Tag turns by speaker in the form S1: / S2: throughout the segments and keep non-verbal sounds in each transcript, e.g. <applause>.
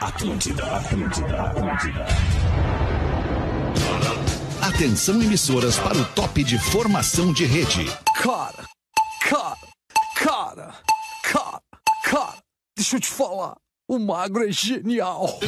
S1: Atlântida, Atlântida, Atlântida. Atenção emissoras para o top de formação de rede.
S2: Cara, cara, cara, cara, cara, deixa eu te falar, o magro é genial.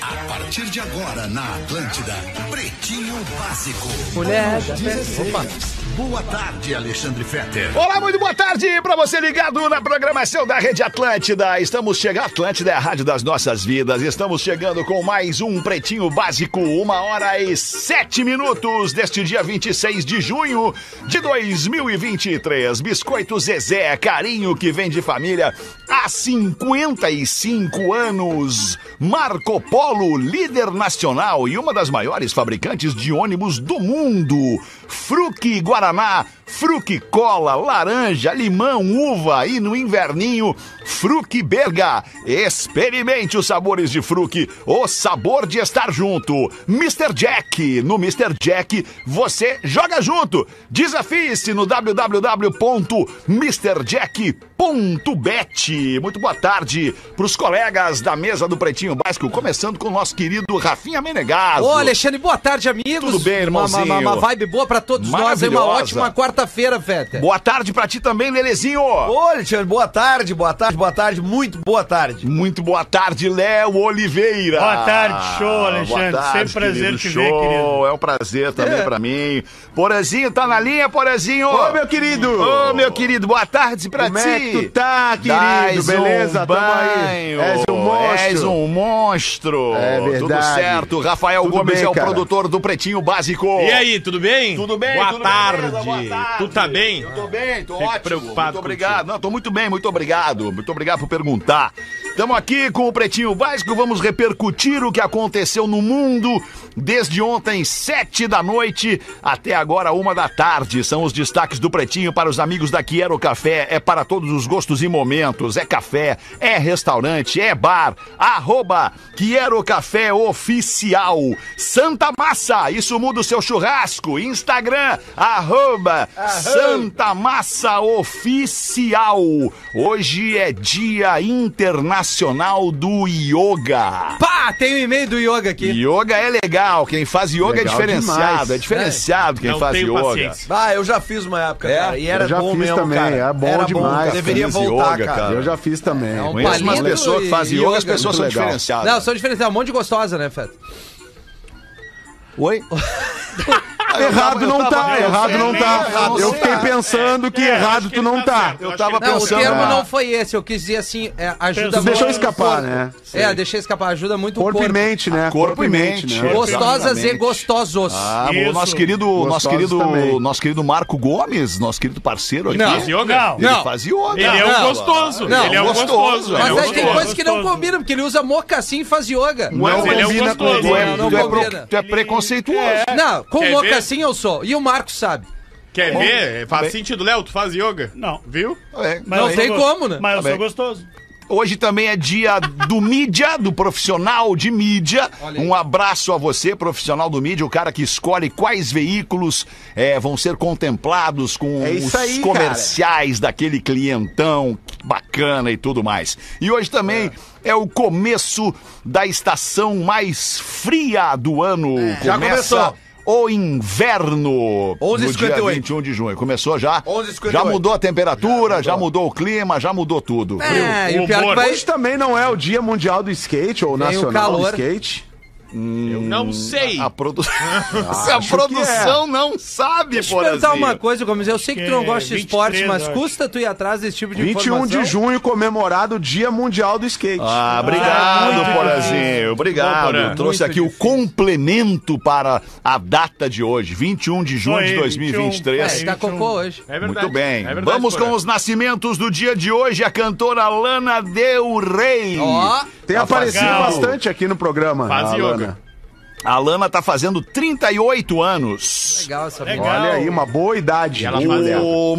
S1: A partir de agora na Atlântida, Pretinho Básico.
S2: Mulher,
S1: Anos 16. Boa tarde, Alexandre Fetter.
S3: Olá, muito boa tarde para você ligado na programação da Rede Atlântida. Estamos chegando, Atlântida é a rádio das nossas vidas. Estamos chegando com mais um Pretinho Básico, uma hora e sete minutos deste dia 26 de junho de 2023. Biscoito Zezé, carinho que vem de família há 55 anos. Marco Polo, líder nacional e uma das maiores fabricantes de ônibus do mundo. Fruque Guaraná, Fruque Cola, Laranja, Limão, Uva e no inverninho, Fruque Berga. Experimente os sabores de Fruque, o sabor de estar junto. Mr. Jack, no Mr. Jack você joga junto. Desafie-se no www.mrjack.bet. Muito boa tarde para os colegas da mesa do Pretinho Básico, começando com o nosso querido Rafinha Menegaso.
S2: Ô, Alexandre, boa tarde, amigos.
S3: Tudo bem, irmãozinho?
S2: Uma, uma- uma vibe boa pra todos nós, é uma
S3: Maravilhosa.
S2: ótima quarta-feira, Feta.
S3: Boa tarde pra ti também, Lelezinho!
S4: Ô, Alexandre, boa tarde, boa tarde, boa tarde, muito boa tarde.
S3: Muito boa tarde, Léo Oliveira. Ah,
S5: Boa tarde, show, Alexandre. Sempre prazer
S3: querido,
S5: te
S3: show.
S5: ver, querido.
S3: É um prazer também pra mim. Porazinho, tá na linha, Porazinho?
S4: Ô, meu querido!
S3: Ô, meu querido, boa tarde pra
S4: Como
S3: ti.
S4: é que tu tá, querido?
S3: Dás
S4: Beleza?
S3: um
S4: Tamo aí.
S3: banho.
S4: És um monstro.
S3: És um monstro.
S4: É
S3: Tudo
S4: verdade.
S3: certo. Rafael
S4: Tudo
S3: Gomes
S4: bem,
S3: é o
S4: cara.
S3: produtor do Pretinho Básico.
S5: E aí, tudo bem?
S3: Tudo bem,
S5: Boa,
S3: tudo
S5: tarde.
S3: beleza? Boa tarde.
S5: Tu tá bem?
S3: Eu tô bem, tô
S5: Fico
S3: ótimo.
S5: preocupado
S3: muito obrigado. Não, tô muito bem, muito obrigado. Muito obrigado por perguntar. Estamos aqui com o Pretinho Básico, vamos repercutir o que aconteceu no mundo desde ontem, sete da noite, até agora, uma da tarde. São os destaques do Pretinho para os amigos da Quiero Café. É para todos os gostos e momentos. É café, é restaurante, é bar. Arroba Quiero Café Oficial. Santa Massa, isso muda o seu churrasco. Instagram, arroba Santa Massa Oficial. Hoje é Dia Internacional do Yoga.
S2: Pá, tem um e-mail do Yoga aqui.
S3: Yoga é legal, quem faz yoga é
S4: Legal
S3: diferenciado,
S4: demais.
S3: é diferenciado quem
S5: Não
S3: faz
S5: tenho
S3: yoga.
S5: paciência.
S4: Ah, eu já fiz uma
S2: É?
S4: época, cara, e era
S6: eu já
S4: bom
S6: fiz
S4: mesmo,
S6: também,
S4: cara.
S6: é bom
S4: era
S6: demais,
S4: deveria
S3: cara, esse
S4: voltar,
S3: yoga,
S4: cara.
S3: cara.
S6: Eu já fiz também.
S2: um
S6: Conheço
S3: Conheço
S6: umas
S3: umas
S2: palito
S3: pessoas que fazem
S2: e
S3: yoga, as
S2: yoga,
S3: pessoas são
S6: muito legal.
S3: diferenciadas.
S2: Não, são diferentes, é um monte de gostosa, né, Feta?
S3: Oi?
S6: Errado não tá, errado não
S3: Eu não
S6: tá.
S3: sei.
S6: Eu fiquei pensando que
S5: É, acho
S6: errado
S5: que
S6: tu
S5: ele
S6: não tá.
S5: certo, acho
S3: tava
S5: que ele
S2: Não,
S3: pensando-
S2: o termo
S6: é.
S2: não foi esse, eu quis dizer assim, é, ajuda
S5: Tu
S6: Deixou
S2: muito.
S6: escapar, né?
S2: É, deixei escapar, ajuda muito o
S6: Corpo e
S2: corpo.
S6: mente, né?
S3: Corpo e mente.
S6: né?
S2: Gostosas e
S3: Exatamente.
S2: gostosos.
S3: Ah, o
S5: Isso.
S3: nosso querido, nosso
S6: Gostosos
S3: querido,
S6: também.
S3: nosso querido Marco Gomes, nosso querido parceiro aqui.
S2: Não.
S5: Faz yoga?
S3: Ele
S2: Não.
S3: faz yoga.
S5: Ele é um
S2: Não.
S5: gostoso.
S2: Não,
S5: Ele é um
S3: gostoso.
S5: gostoso.
S3: Mas
S2: Mas
S5: ele é um
S2: aí tem
S5: gostoso.
S2: coisas que não combinam, porque ele usa mocassim e faz yoga.
S3: Não
S6: Não
S5: Mas ele é um
S6: combina com
S3: Tu é,
S5: gostoso.
S2: Não,
S3: tu é
S2: combina.
S3: pro- tu é preconceituoso.
S2: Não, com
S5: Quer
S2: mocassim eu sou. E o Marco sabe.
S7: Quer
S3: Bom,
S7: ver? Faz
S3: bem.
S7: sentido, Léo, tu faz yoga?
S5: Não.
S7: Viu?
S3: É.
S5: Mas
S2: Não
S5: eu
S2: tem
S5: sou
S2: como, né?
S5: Mas eu
S3: Tá bem.
S5: sou gostoso.
S6: Então
S3: Hoje também é dia do mídia, do profissional de mídia.
S2: Olha aí.
S3: Um abraço a você, profissional do mídia, o cara que escolhe quais veículos eh, vão ser contemplados com
S6: É
S3: os
S6: isso aí,
S3: comerciais daquele clientão bacana e tudo mais. E hoje também é, o começo da estação mais fria do ano.
S4: já começou.
S3: O inverno no dia
S4: 11:58.
S3: 21 de junho. Começou já?
S4: 11:58.
S3: Já mudou a temperatura, já mudou, o clima, já mudou tudo.
S2: É, e o
S5: o
S2: pior que
S5: humor.
S2: vai.
S6: Hoje também não é o dia mundial do skate ou
S2: Tem o
S6: nacional do
S2: calor.
S6: skate.
S7: Eu não sei.
S3: A
S7: <laughs>
S3: produ-
S7: Ah,
S3: Se a
S7: é.
S6: acho que
S3: produção não sabe,
S2: Deixa eu te perguntar uma
S3: Porazinho.
S2: coisa, Gomes. Eu sei que tu não
S5: É,
S2: gosta de
S5: 23,
S2: esporte, mas
S5: eu acho.
S2: custa tu ir atrás desse tipo de
S6: 21
S2: informação?
S6: de junho comemorado o dia mundial do skate.
S3: Ah, obrigado, Porazinho. Obrigado.
S7: Bom, Porã.
S3: Trouxe aqui o complemento para a data de hoje, 21 de junho
S5: Oi,
S3: de 2023.
S2: É, tá cocô hoje.
S7: É verdade.
S3: Muito bem.
S7: É verdade,
S3: Vamos
S7: Porã.
S3: com os nascimentos do dia de hoje. A cantora Lana Del Rey.
S2: Ó.
S6: Tem aparecido
S5: fazendo-
S6: bastante aqui no programa.
S7: Faz
S6: a
S7: yoga.
S6: Lana.
S3: A Lana tá fazendo 38 anos.
S2: Legal essa
S8: Legal.
S2: bola.
S6: Olha aí, uma boa idade.
S5: ela faz essa.
S3: O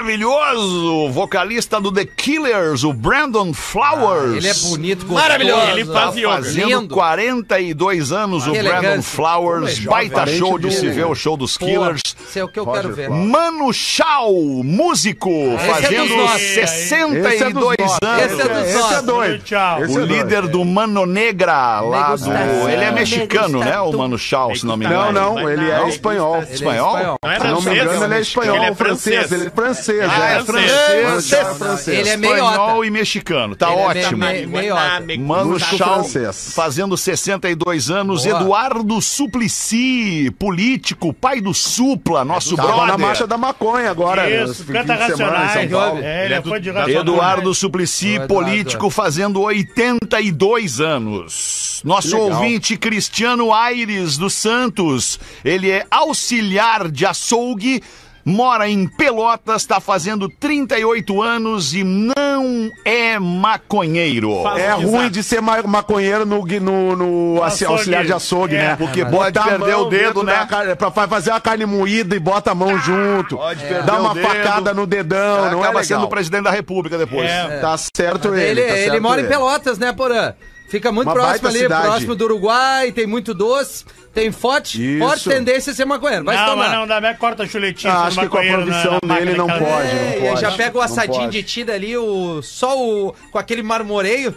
S3: maravilhoso vocalista do The Killers, o Brandon Flowers.
S2: Ele é Ah, bonito, gostoso.
S8: Maravilhoso. Ele faz
S2: Tá
S8: yoga.
S3: Fazendo
S2: Lindo.
S3: 42 anos, o
S2: Que
S3: Brandon
S2: elegância. é
S3: Flowers.
S2: Jovem.
S3: baita
S6: Parente
S3: show de
S6: do-
S3: se ver o show dos
S2: Pô,
S3: Killers.
S2: Isso é o que eu
S6: Roger
S2: quero ver.
S6: Flowers.
S3: Mano Chau, músico,
S2: é dos
S3: fazendo
S2: nossos.
S3: 62 anos.
S2: Esse é dos
S6: é Esse é
S2: nossos.
S6: doido.
S8: Tchau.
S6: Esse
S3: O
S6: é doido.
S3: líder do Mano Negra lá do.
S2: Degustação,
S3: Ele é mexicano, né? O Mano Chau, se não me engano.
S6: Não, não,
S5: Vai
S6: ele
S5: dar.
S6: é espanhol.
S2: Ele é
S3: Espanhol?
S5: Não é
S6: Se não me
S5: francês,
S6: engano, ele é espanhol,
S5: Ele é francês.
S6: francês. Ele é francês,
S5: Ah,
S6: é.
S5: é francês.
S2: Não, não, Ele é meiota.
S3: Espanhol e mexicano. Tá
S2: Ele é meio-
S3: ótimo.
S2: meio- meiota.
S3: Mano
S6: Músico
S3: Chau,
S6: francês.
S3: fazendo 62 anos.
S2: Boa.
S3: Eduardo Suplicy, político, pai do Supla, nosso
S6: Tava na
S3: brother.
S6: marcha da maconha agora. esse
S8: Isso,
S6: fim
S8: canta
S6: de semana em São
S8: Racionais.
S6: Paulo.
S8: É,
S5: Ele
S8: ele
S5: é do-
S8: foi de
S5: da-
S8: Racionais.
S3: Eduardo Suplicy,
S2: Eduardo.
S3: político, fazendo 82 anos. Nosso
S6: Legal.
S3: ouvinte Cristiano Aires dos Santos. Ele é auxiliar de açougue, mora em Pelotas, está fazendo 38 anos e não é maconheiro.
S5: Fala.
S6: É ruim de ser ma- maconheiro no, gui- no, no assi-
S8: Açougue.
S6: auxiliar de açougue,
S8: É.
S6: né?
S3: Porque
S6: Botar
S3: pode
S6: a
S3: perder
S6: mão
S3: o dedo,
S6: dentro da
S3: né?
S6: carne- pra fa- fazer uma carne moída e bota a mão junto. É.
S3: Pode perder
S6: Dá
S3: o
S6: uma
S3: dedo.
S6: facada no dedão, não é
S3: Acaba
S6: legal.
S3: sendo o presidente da República depois.
S8: É.
S6: Tá certo
S2: Ele,
S6: ele.
S2: ele,
S6: tá certo
S2: mora em Pelotas, né, Porã? Fica muito
S6: Uma
S2: próximo
S6: baita
S2: ali,
S6: cidade.
S2: próximo do Uruguai, tem muito doce, tem forte,
S6: Isso.
S2: forte tendência a ser maconheiro. Vai se
S8: Não,
S2: tomar.
S8: mas não, da minha corta a chuletinha.
S6: Ah, acho
S8: sendo
S6: que com a
S8: maconheiro na-
S6: profissão
S8: na máquina
S6: dele não
S8: daquela-
S6: pode.
S2: É,
S6: né? não
S2: e aí
S6: pode,
S2: já pega o
S6: não
S2: assadinho
S6: pode.
S2: de tira ali, o, só o, com aquele marmoreio.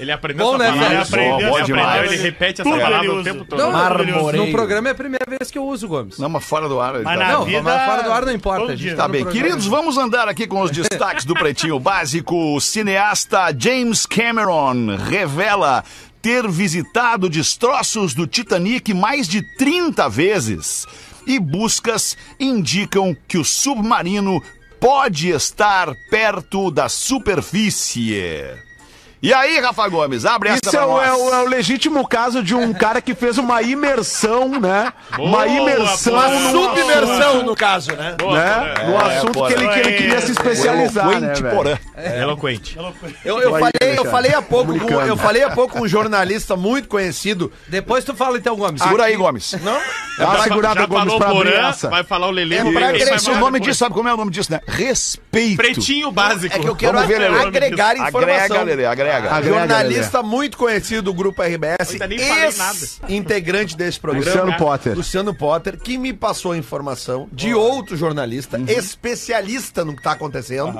S5: Ele aprendeu
S2: Bom,
S5: essa
S2: né,
S5: palavra.
S2: velho?
S5: Ele aprendeu,
S3: Bom,
S5: ele,
S3: bom demais.
S5: aprendeu ele repete essa
S8: Tudo ele
S5: palavra o
S8: usa.
S5: tempo
S2: Não,
S5: todo.
S2: no,
S8: Marmoreio.
S2: programa é a primeira vez que eu uso, Gomes.
S3: Não, mas fora do ar. ele
S8: Mas
S3: tá-
S8: na
S2: Não,
S8: vida... é?
S2: mas fora do ar não importa,
S8: todo
S2: a gente
S8: dia.
S3: Tá
S2: no
S3: bem,
S2: programa.
S3: queridos, vamos andar aqui com
S6: <laughs>
S3: os destaques do Pretinho Básico. O cineasta James Cameron revela ter visitado destroços do Titanic mais de 30 vezes. E buscas indicam que o submarino pode estar perto da superfície. E aí, Rafa Gomes, abre essa
S6: Isso é
S3: pra
S6: o,
S3: nós.
S6: é o- é o legítimo caso de um cara que fez uma imersão, né? uma imersão
S5: boa.
S6: num
S5: Submersão,
S7: no caso, né?
S6: assunto, né?
S5: É,
S6: no assunto que, ele, que ele queria se especializar, né,
S3: Eloquente,
S6: velho?
S3: porã.
S5: Eloquente.
S7: Eu, eu
S6: Aí,
S7: falei, eu
S6: Alexandre,
S7: falei há pouco, com,
S6: comunicando.
S7: eu falei há pouco com um jornalista muito conhecido.
S2: Depois tu fala então, Gomes.
S3: Segura aí, Gomes.
S7: Não,
S2: <laughs>
S6: Dá uma
S5: Já
S6: segurada,
S5: fa- já
S6: Gomes,
S5: falou
S6: pra abrir
S5: Porã,
S6: essa.
S5: Vai falar o Lelê.
S7: É
S5: o Lelê
S7: pra
S5: vai
S3: Esse é
S5: falar
S3: o nome
S5: depois.
S3: disso, sabe como é o nome disso, né? Respeito.
S5: Pretinho básico.
S7: é que eu quero
S3: Vamos ver, Lelê.
S7: agregar
S8: né?
S7: informação.
S3: Agrega, Lelê, agrega.
S6: Agrega,
S7: jornalista muito conhecido do grupo RBS,
S5: Ainda nem falei
S7: ex-integrante desse programa,
S6: Luciano Potter.
S7: Luciano Potter, que me passou a informação de outro jornalista especialista no que está acontecendo,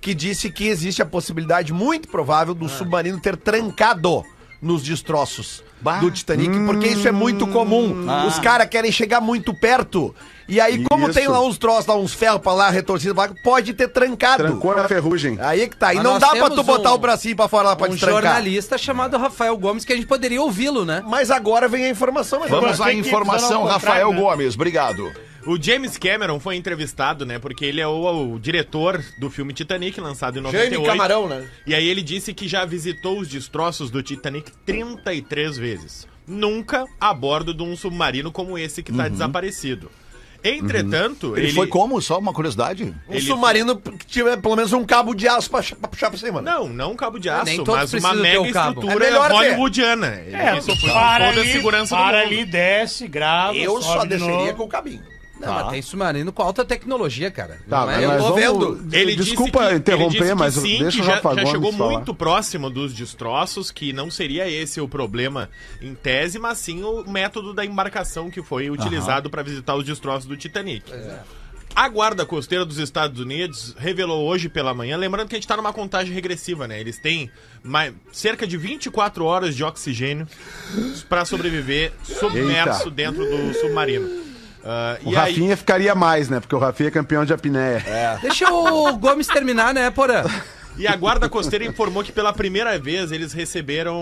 S7: que disse que existe a possibilidade muito provável do submarino ter trancado nos destroços
S3: Bah.
S7: do Titanic, porque isso é muito comum. Os caras querem chegar muito perto. E aí, como tem
S6: Isso.
S7: lá uns troços, lá uns ferros pra lá, retorcido, pra lá, pode ter trancado.
S6: Trancou na ferrugem.
S7: Aí que tá. E
S2: Mas
S7: não
S2: nós
S7: dá pra
S2: temos
S7: tu botar
S2: um-
S7: o bracinho pra fora lá pra
S2: um
S7: destrancar.
S2: jornalista chamado Rafael Gomes, que a gente poderia ouvi-lo, né?
S7: Mas agora vem a informação. Mas
S3: Vamos
S8: Quem
S3: à
S8: que
S3: informação,
S8: fizeram ao
S3: Rafael
S8: contrário, né?
S3: Gomes, obrigado.
S5: O James Cameron foi entrevistado, né? Porque ele é o, o diretor do filme Titanic, lançado em 98.
S7: Jaime Camarão, né?
S5: E aí ele disse que já visitou os destroços do Titanic 33 vezes. Nunca a bordo de um submarino como esse que tá desaparecido. Entretanto,
S3: Uhum. Ele, foi como? Só uma curiosidade.
S7: Um
S5: Ele-
S7: submarino que tiver pelo menos um cabo de aço pra, ch- pra puxar pra cima. né?
S5: Não, não um cabo de aço,
S2: Ah, Nem todos
S5: mas uma
S2: precisam ter
S5: mega
S2: o cabo.
S5: estrutura
S7: É melhor ter.
S5: hollywoodiana. Ele
S8: É,
S5: disse,
S8: tu
S5: "Com
S8: para
S5: toda a
S8: ali,
S5: segurança
S8: para
S5: do mundo.
S8: ali, desce, grava,
S7: Eu
S8: sobe
S7: só
S8: de
S7: desceria
S8: novo.
S7: com o cabinho.
S2: Não, mas tem submarino com alta tecnologia, cara.
S6: Tá,
S2: não é?
S6: mas
S2: Eu
S6: nós
S2: tô
S6: vamos-
S2: vendo.
S6: <laughs>
S5: Ele
S6: Desculpa
S5: disse que,
S6: interromper,
S5: ele disse que
S6: mas
S5: sim,
S6: deixa
S5: que
S6: o
S5: já,
S6: Rafa
S5: já
S6: Gomes
S5: chegou
S6: falar.
S5: muito próximo dos destroços, que não seria esse o problema em tese, mas sim o método da embarcação que foi utilizado para visitar os destroços do Titanic. A guarda costeira dos Estados Unidos revelou hoje pela manhã, lembrando que a gente está numa contagem regressiva, né? Eles têm mais, cerca de 24 horas de oxigênio para sobreviver submerso
S6: Eita.
S5: dentro do submarino. Ah, e
S6: O
S5: aí-
S6: Rafinha ficaria mais, né? Porque o Rafinha é campeão de apneia.
S2: Deixa o Gomes terminar, né, Porã?
S5: E a guarda costeira informou que pela primeira vez eles receberam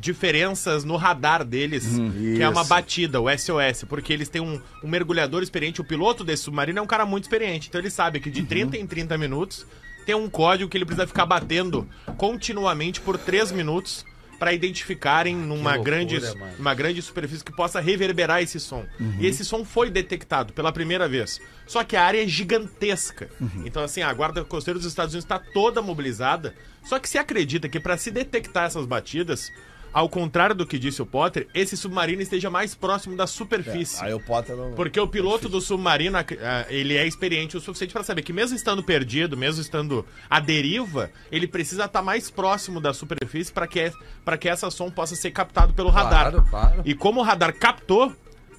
S5: diferenças no radar deles, que é uma
S6: isso.
S5: batida, o SOS, porque eles têm um, um mergulhador experiente, o piloto desse submarino é um cara muito experiente, então ele sabe que de
S2: Uhum.
S5: 30 em 30 minutos tem um código que ele precisa ficar batendo continuamente por 3 minutos para identificarem numa
S2: loucura,
S5: grande
S2: mano. Uhum.
S5: uma grande superfície que possa reverberar esse som. E esse som foi detectado pela primeira vez. Só que a área é gigantesca.
S2: Uhum.
S5: Então, assim, a Guarda Costeira tá dos Estados Unidos está toda mobilizada. Só que se acredita que para se detectar essas batidas, ao contrário do que disse o Potter, esse submarino esteja mais próximo da superfície.
S7: É, Aí o Potter não.
S5: Porque o piloto do submarino, ac- ah, ele é experiente o suficiente para saber que mesmo estando perdido, mesmo estando à deriva, ele precisa estar mais próximo da superfície para que, pra que essa som possa ser captado pelo radar.
S7: Claro, claro.
S5: E como o radar captou,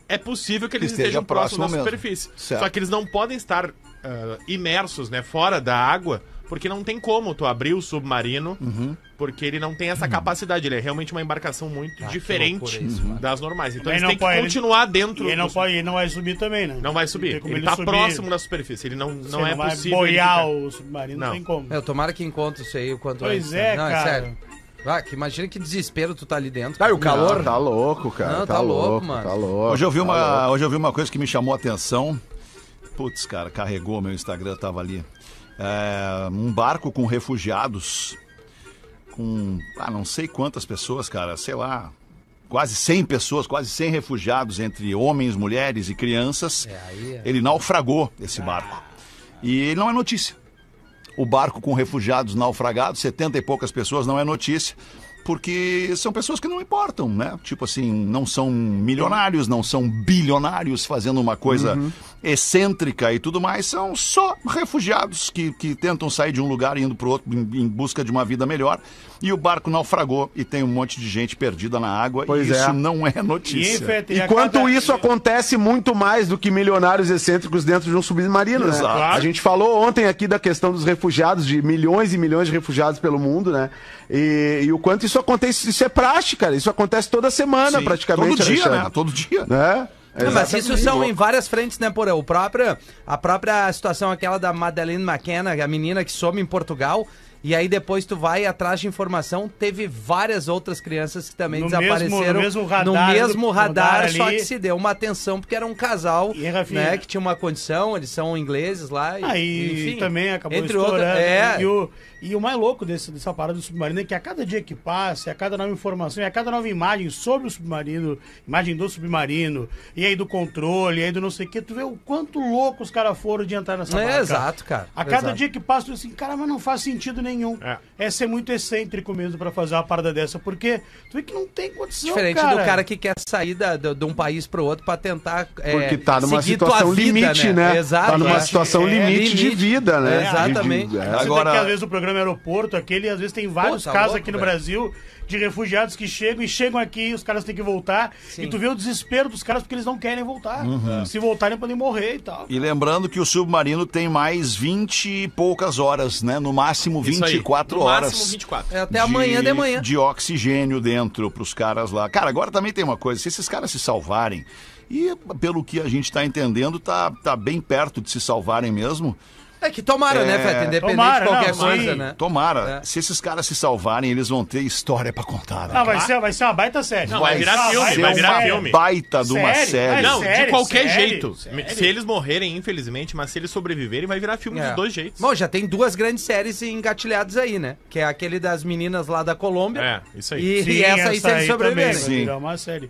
S5: é possível que eles
S9: Esteja
S5: estejam próximos da
S9: próximo mesmo.
S5: superfície.
S9: Certo.
S5: Só que eles não podem estar ah, imersos, né, fora da água, porque não tem como tu abrir o submarino,
S9: Uhum.
S5: porque ele não tem essa capacidade. Ele é realmente uma embarcação
S8: Ah,
S5: muito diferente das normais. Então
S8: Ele
S5: eles
S8: não
S5: têm que
S8: pode- ele-
S5: continuar
S8: E
S5: dentro
S8: ele não,
S5: do
S8: pode, ele não vai subir também, né?
S5: não vai subir.
S8: tem como
S5: Ele tá
S8: subir.
S5: próximo da superfície. Ele não,
S8: Você
S5: não é
S8: vai
S5: possível. ele
S8: boiar
S5: ficar-
S8: o submarino,
S5: Não.
S8: não tem como.
S2: Meu, tomara que encontre isso aí o quanto
S8: Pois
S2: antes. né?
S8: é,
S2: Não,
S8: cara.
S2: é sério. Vai, que imagina que desespero tu tá ali dentro.
S7: Cara, o calor.
S6: Tá louco, cara.
S2: Não,
S6: tá,
S2: tá louco,
S6: louco,
S2: mano.
S6: Tá louco.
S3: Hoje eu, vi
S6: tá louco.
S3: uma, hoje eu vi uma coisa que me chamou a atenção. Putz, cara, carregou meu Instagram, tava ali. É, um barco com refugiados, com ah, não sei quantas pessoas, cara, sei lá, quase 100 pessoas, quase 100 refugiados, entre homens, mulheres e crianças.
S2: aí é-
S3: Ele naufragou esse
S8: Ah.
S3: barco. E não é notícia. O barco com refugiados naufragados, 70 e poucas pessoas, não é notícia. Porque são pessoas que não importam, né? Tipo assim, não são milionários, não são bilionários fazendo uma coisa
S6: Uhum.
S3: excêntrica e tudo mais. São só refugiados que, que tentam sair de um lugar e indo para outro em, em busca de uma vida melhor. E o barco naufragou e tem um monte de gente perdida na água.
S6: Pois
S3: e
S6: é.
S3: isso não é
S8: E,
S3: notícia.
S8: Feta, e a
S6: Enquanto
S8: cada-
S6: isso, acontece muito mais do que milionários excêntricos dentro de um submarino, né?
S3: Exato.
S6: A gente falou ontem aqui da questão dos refugiados, de milhões e milhões de refugiados pelo mundo, né? E, e o quanto isso acontece, isso é prática, cara. Isso acontece toda semana,
S3: Sim.
S6: praticamente.
S3: Todo dia,
S6: Alexandre.
S3: né? Todo dia.
S6: né?
S2: Não, mas
S6: Exatamente.
S2: isso são em várias frentes, né, Porã? O próprio, a própria situação aquela da Madeleine McKenna, a menina que some em Portugal, e aí depois tu vai atrás de informação, teve várias outras crianças que também
S8: No
S2: desapareceram
S8: mesmo- no mesmo radar
S2: no mesmo
S8: do-
S2: radar,
S8: radar
S2: só
S8: ali.
S2: que se deu uma atenção porque era um casal,
S8: E, Rafinha?
S2: né, que tinha uma condição, eles são ingleses lá, e,
S8: Aí Ah, também acabou
S2: entre
S8: estourando.
S2: outras, é,
S8: e, o, e o mais louco desse, dessa parada do submarino é que a cada dia que passa, e a cada nova informação, e a cada nova imagem sobre o submarino, imagem do submarino, e aí do controle, e aí do não sei o que, tu vê o quanto louco os caras foram de entrar nessa
S2: É,
S8: barca.
S2: exato, cara.
S8: A cada
S2: Exato.
S8: dia que passa, tu diz assim, cara, mas não faz sentido nenhum.
S5: É.
S8: É, ser muito excêntrico mesmo pra fazer uma parada dessa, porque tu vê que não tem condição,
S2: Diferente
S8: cara.
S2: do cara que quer sair da- do- de um país pro outro pra tentar é,
S6: Porque tá numa
S2: seguir tua
S6: situação
S2: vida,
S6: limite, né?
S2: Exato.
S6: Tá numa
S2: é.
S6: situação
S2: É,
S6: limite de vida, né?
S2: Exatamente.
S6: De- de- é.
S8: Você
S3: Agora-
S8: Agora... às vezes o programa é Aeroporto, aquele, às vezes tem vários
S2: tá
S8: casos
S2: louco,
S8: aqui no
S2: velho.
S8: Brasil de refugiados que chegam e chegam aqui, os caras têm que voltar.
S2: Sim.
S8: E tu vê o desespero dos caras porque eles não querem voltar.
S6: Uhum.
S8: É. Se voltarem, podem morrer e tal.
S3: E lembrando que o submarino tem mais 20 e poucas horas, né? No máximo
S5: Isso aí.
S3: 24
S5: No
S3: horas.
S5: Máximo 24.
S2: É até amanhã de manhã.
S3: De oxigênio dentro pros caras lá. Cara, agora também tem uma coisa: se esses caras se salvarem, e pelo que a gente tá entendendo, tá, tá bem perto de se salvarem mesmo.
S2: É que tomaram, né, Feta? Independente
S8: Tomara,
S2: de qualquer
S8: não,
S2: coisa,
S8: sim.
S2: né?
S3: Tomara,
S2: É.
S3: se esses caras se salvarem, eles vão ter história pra contar. né,
S8: Ah, vai
S3: cara?
S8: ser, vai ser uma baita série.
S5: Não, vai virar
S8: ser uma
S5: filme,
S3: ser
S8: baita
S5: vai virar
S3: uma
S8: série.
S5: filme.
S3: baita de uma
S8: Série?
S3: série.
S8: Vai,
S5: Não, de
S8: É Sério,
S5: qualquer
S8: sério,
S5: jeito.
S8: sério.
S5: Se eles morrerem, infelizmente, mas se eles sobreviverem, vai virar filme
S2: É.
S5: dos dois jeitos.
S2: Bom, já tem duas grandes séries engatilhadas aí, né? Que é aquele das meninas lá da Colômbia.
S5: É, isso aí.
S2: E,
S8: Sim,
S2: e essa aí se eles
S8: também
S7: né?
S2: sobreviverem.
S8: vai
S3: Sim.
S8: virar uma série.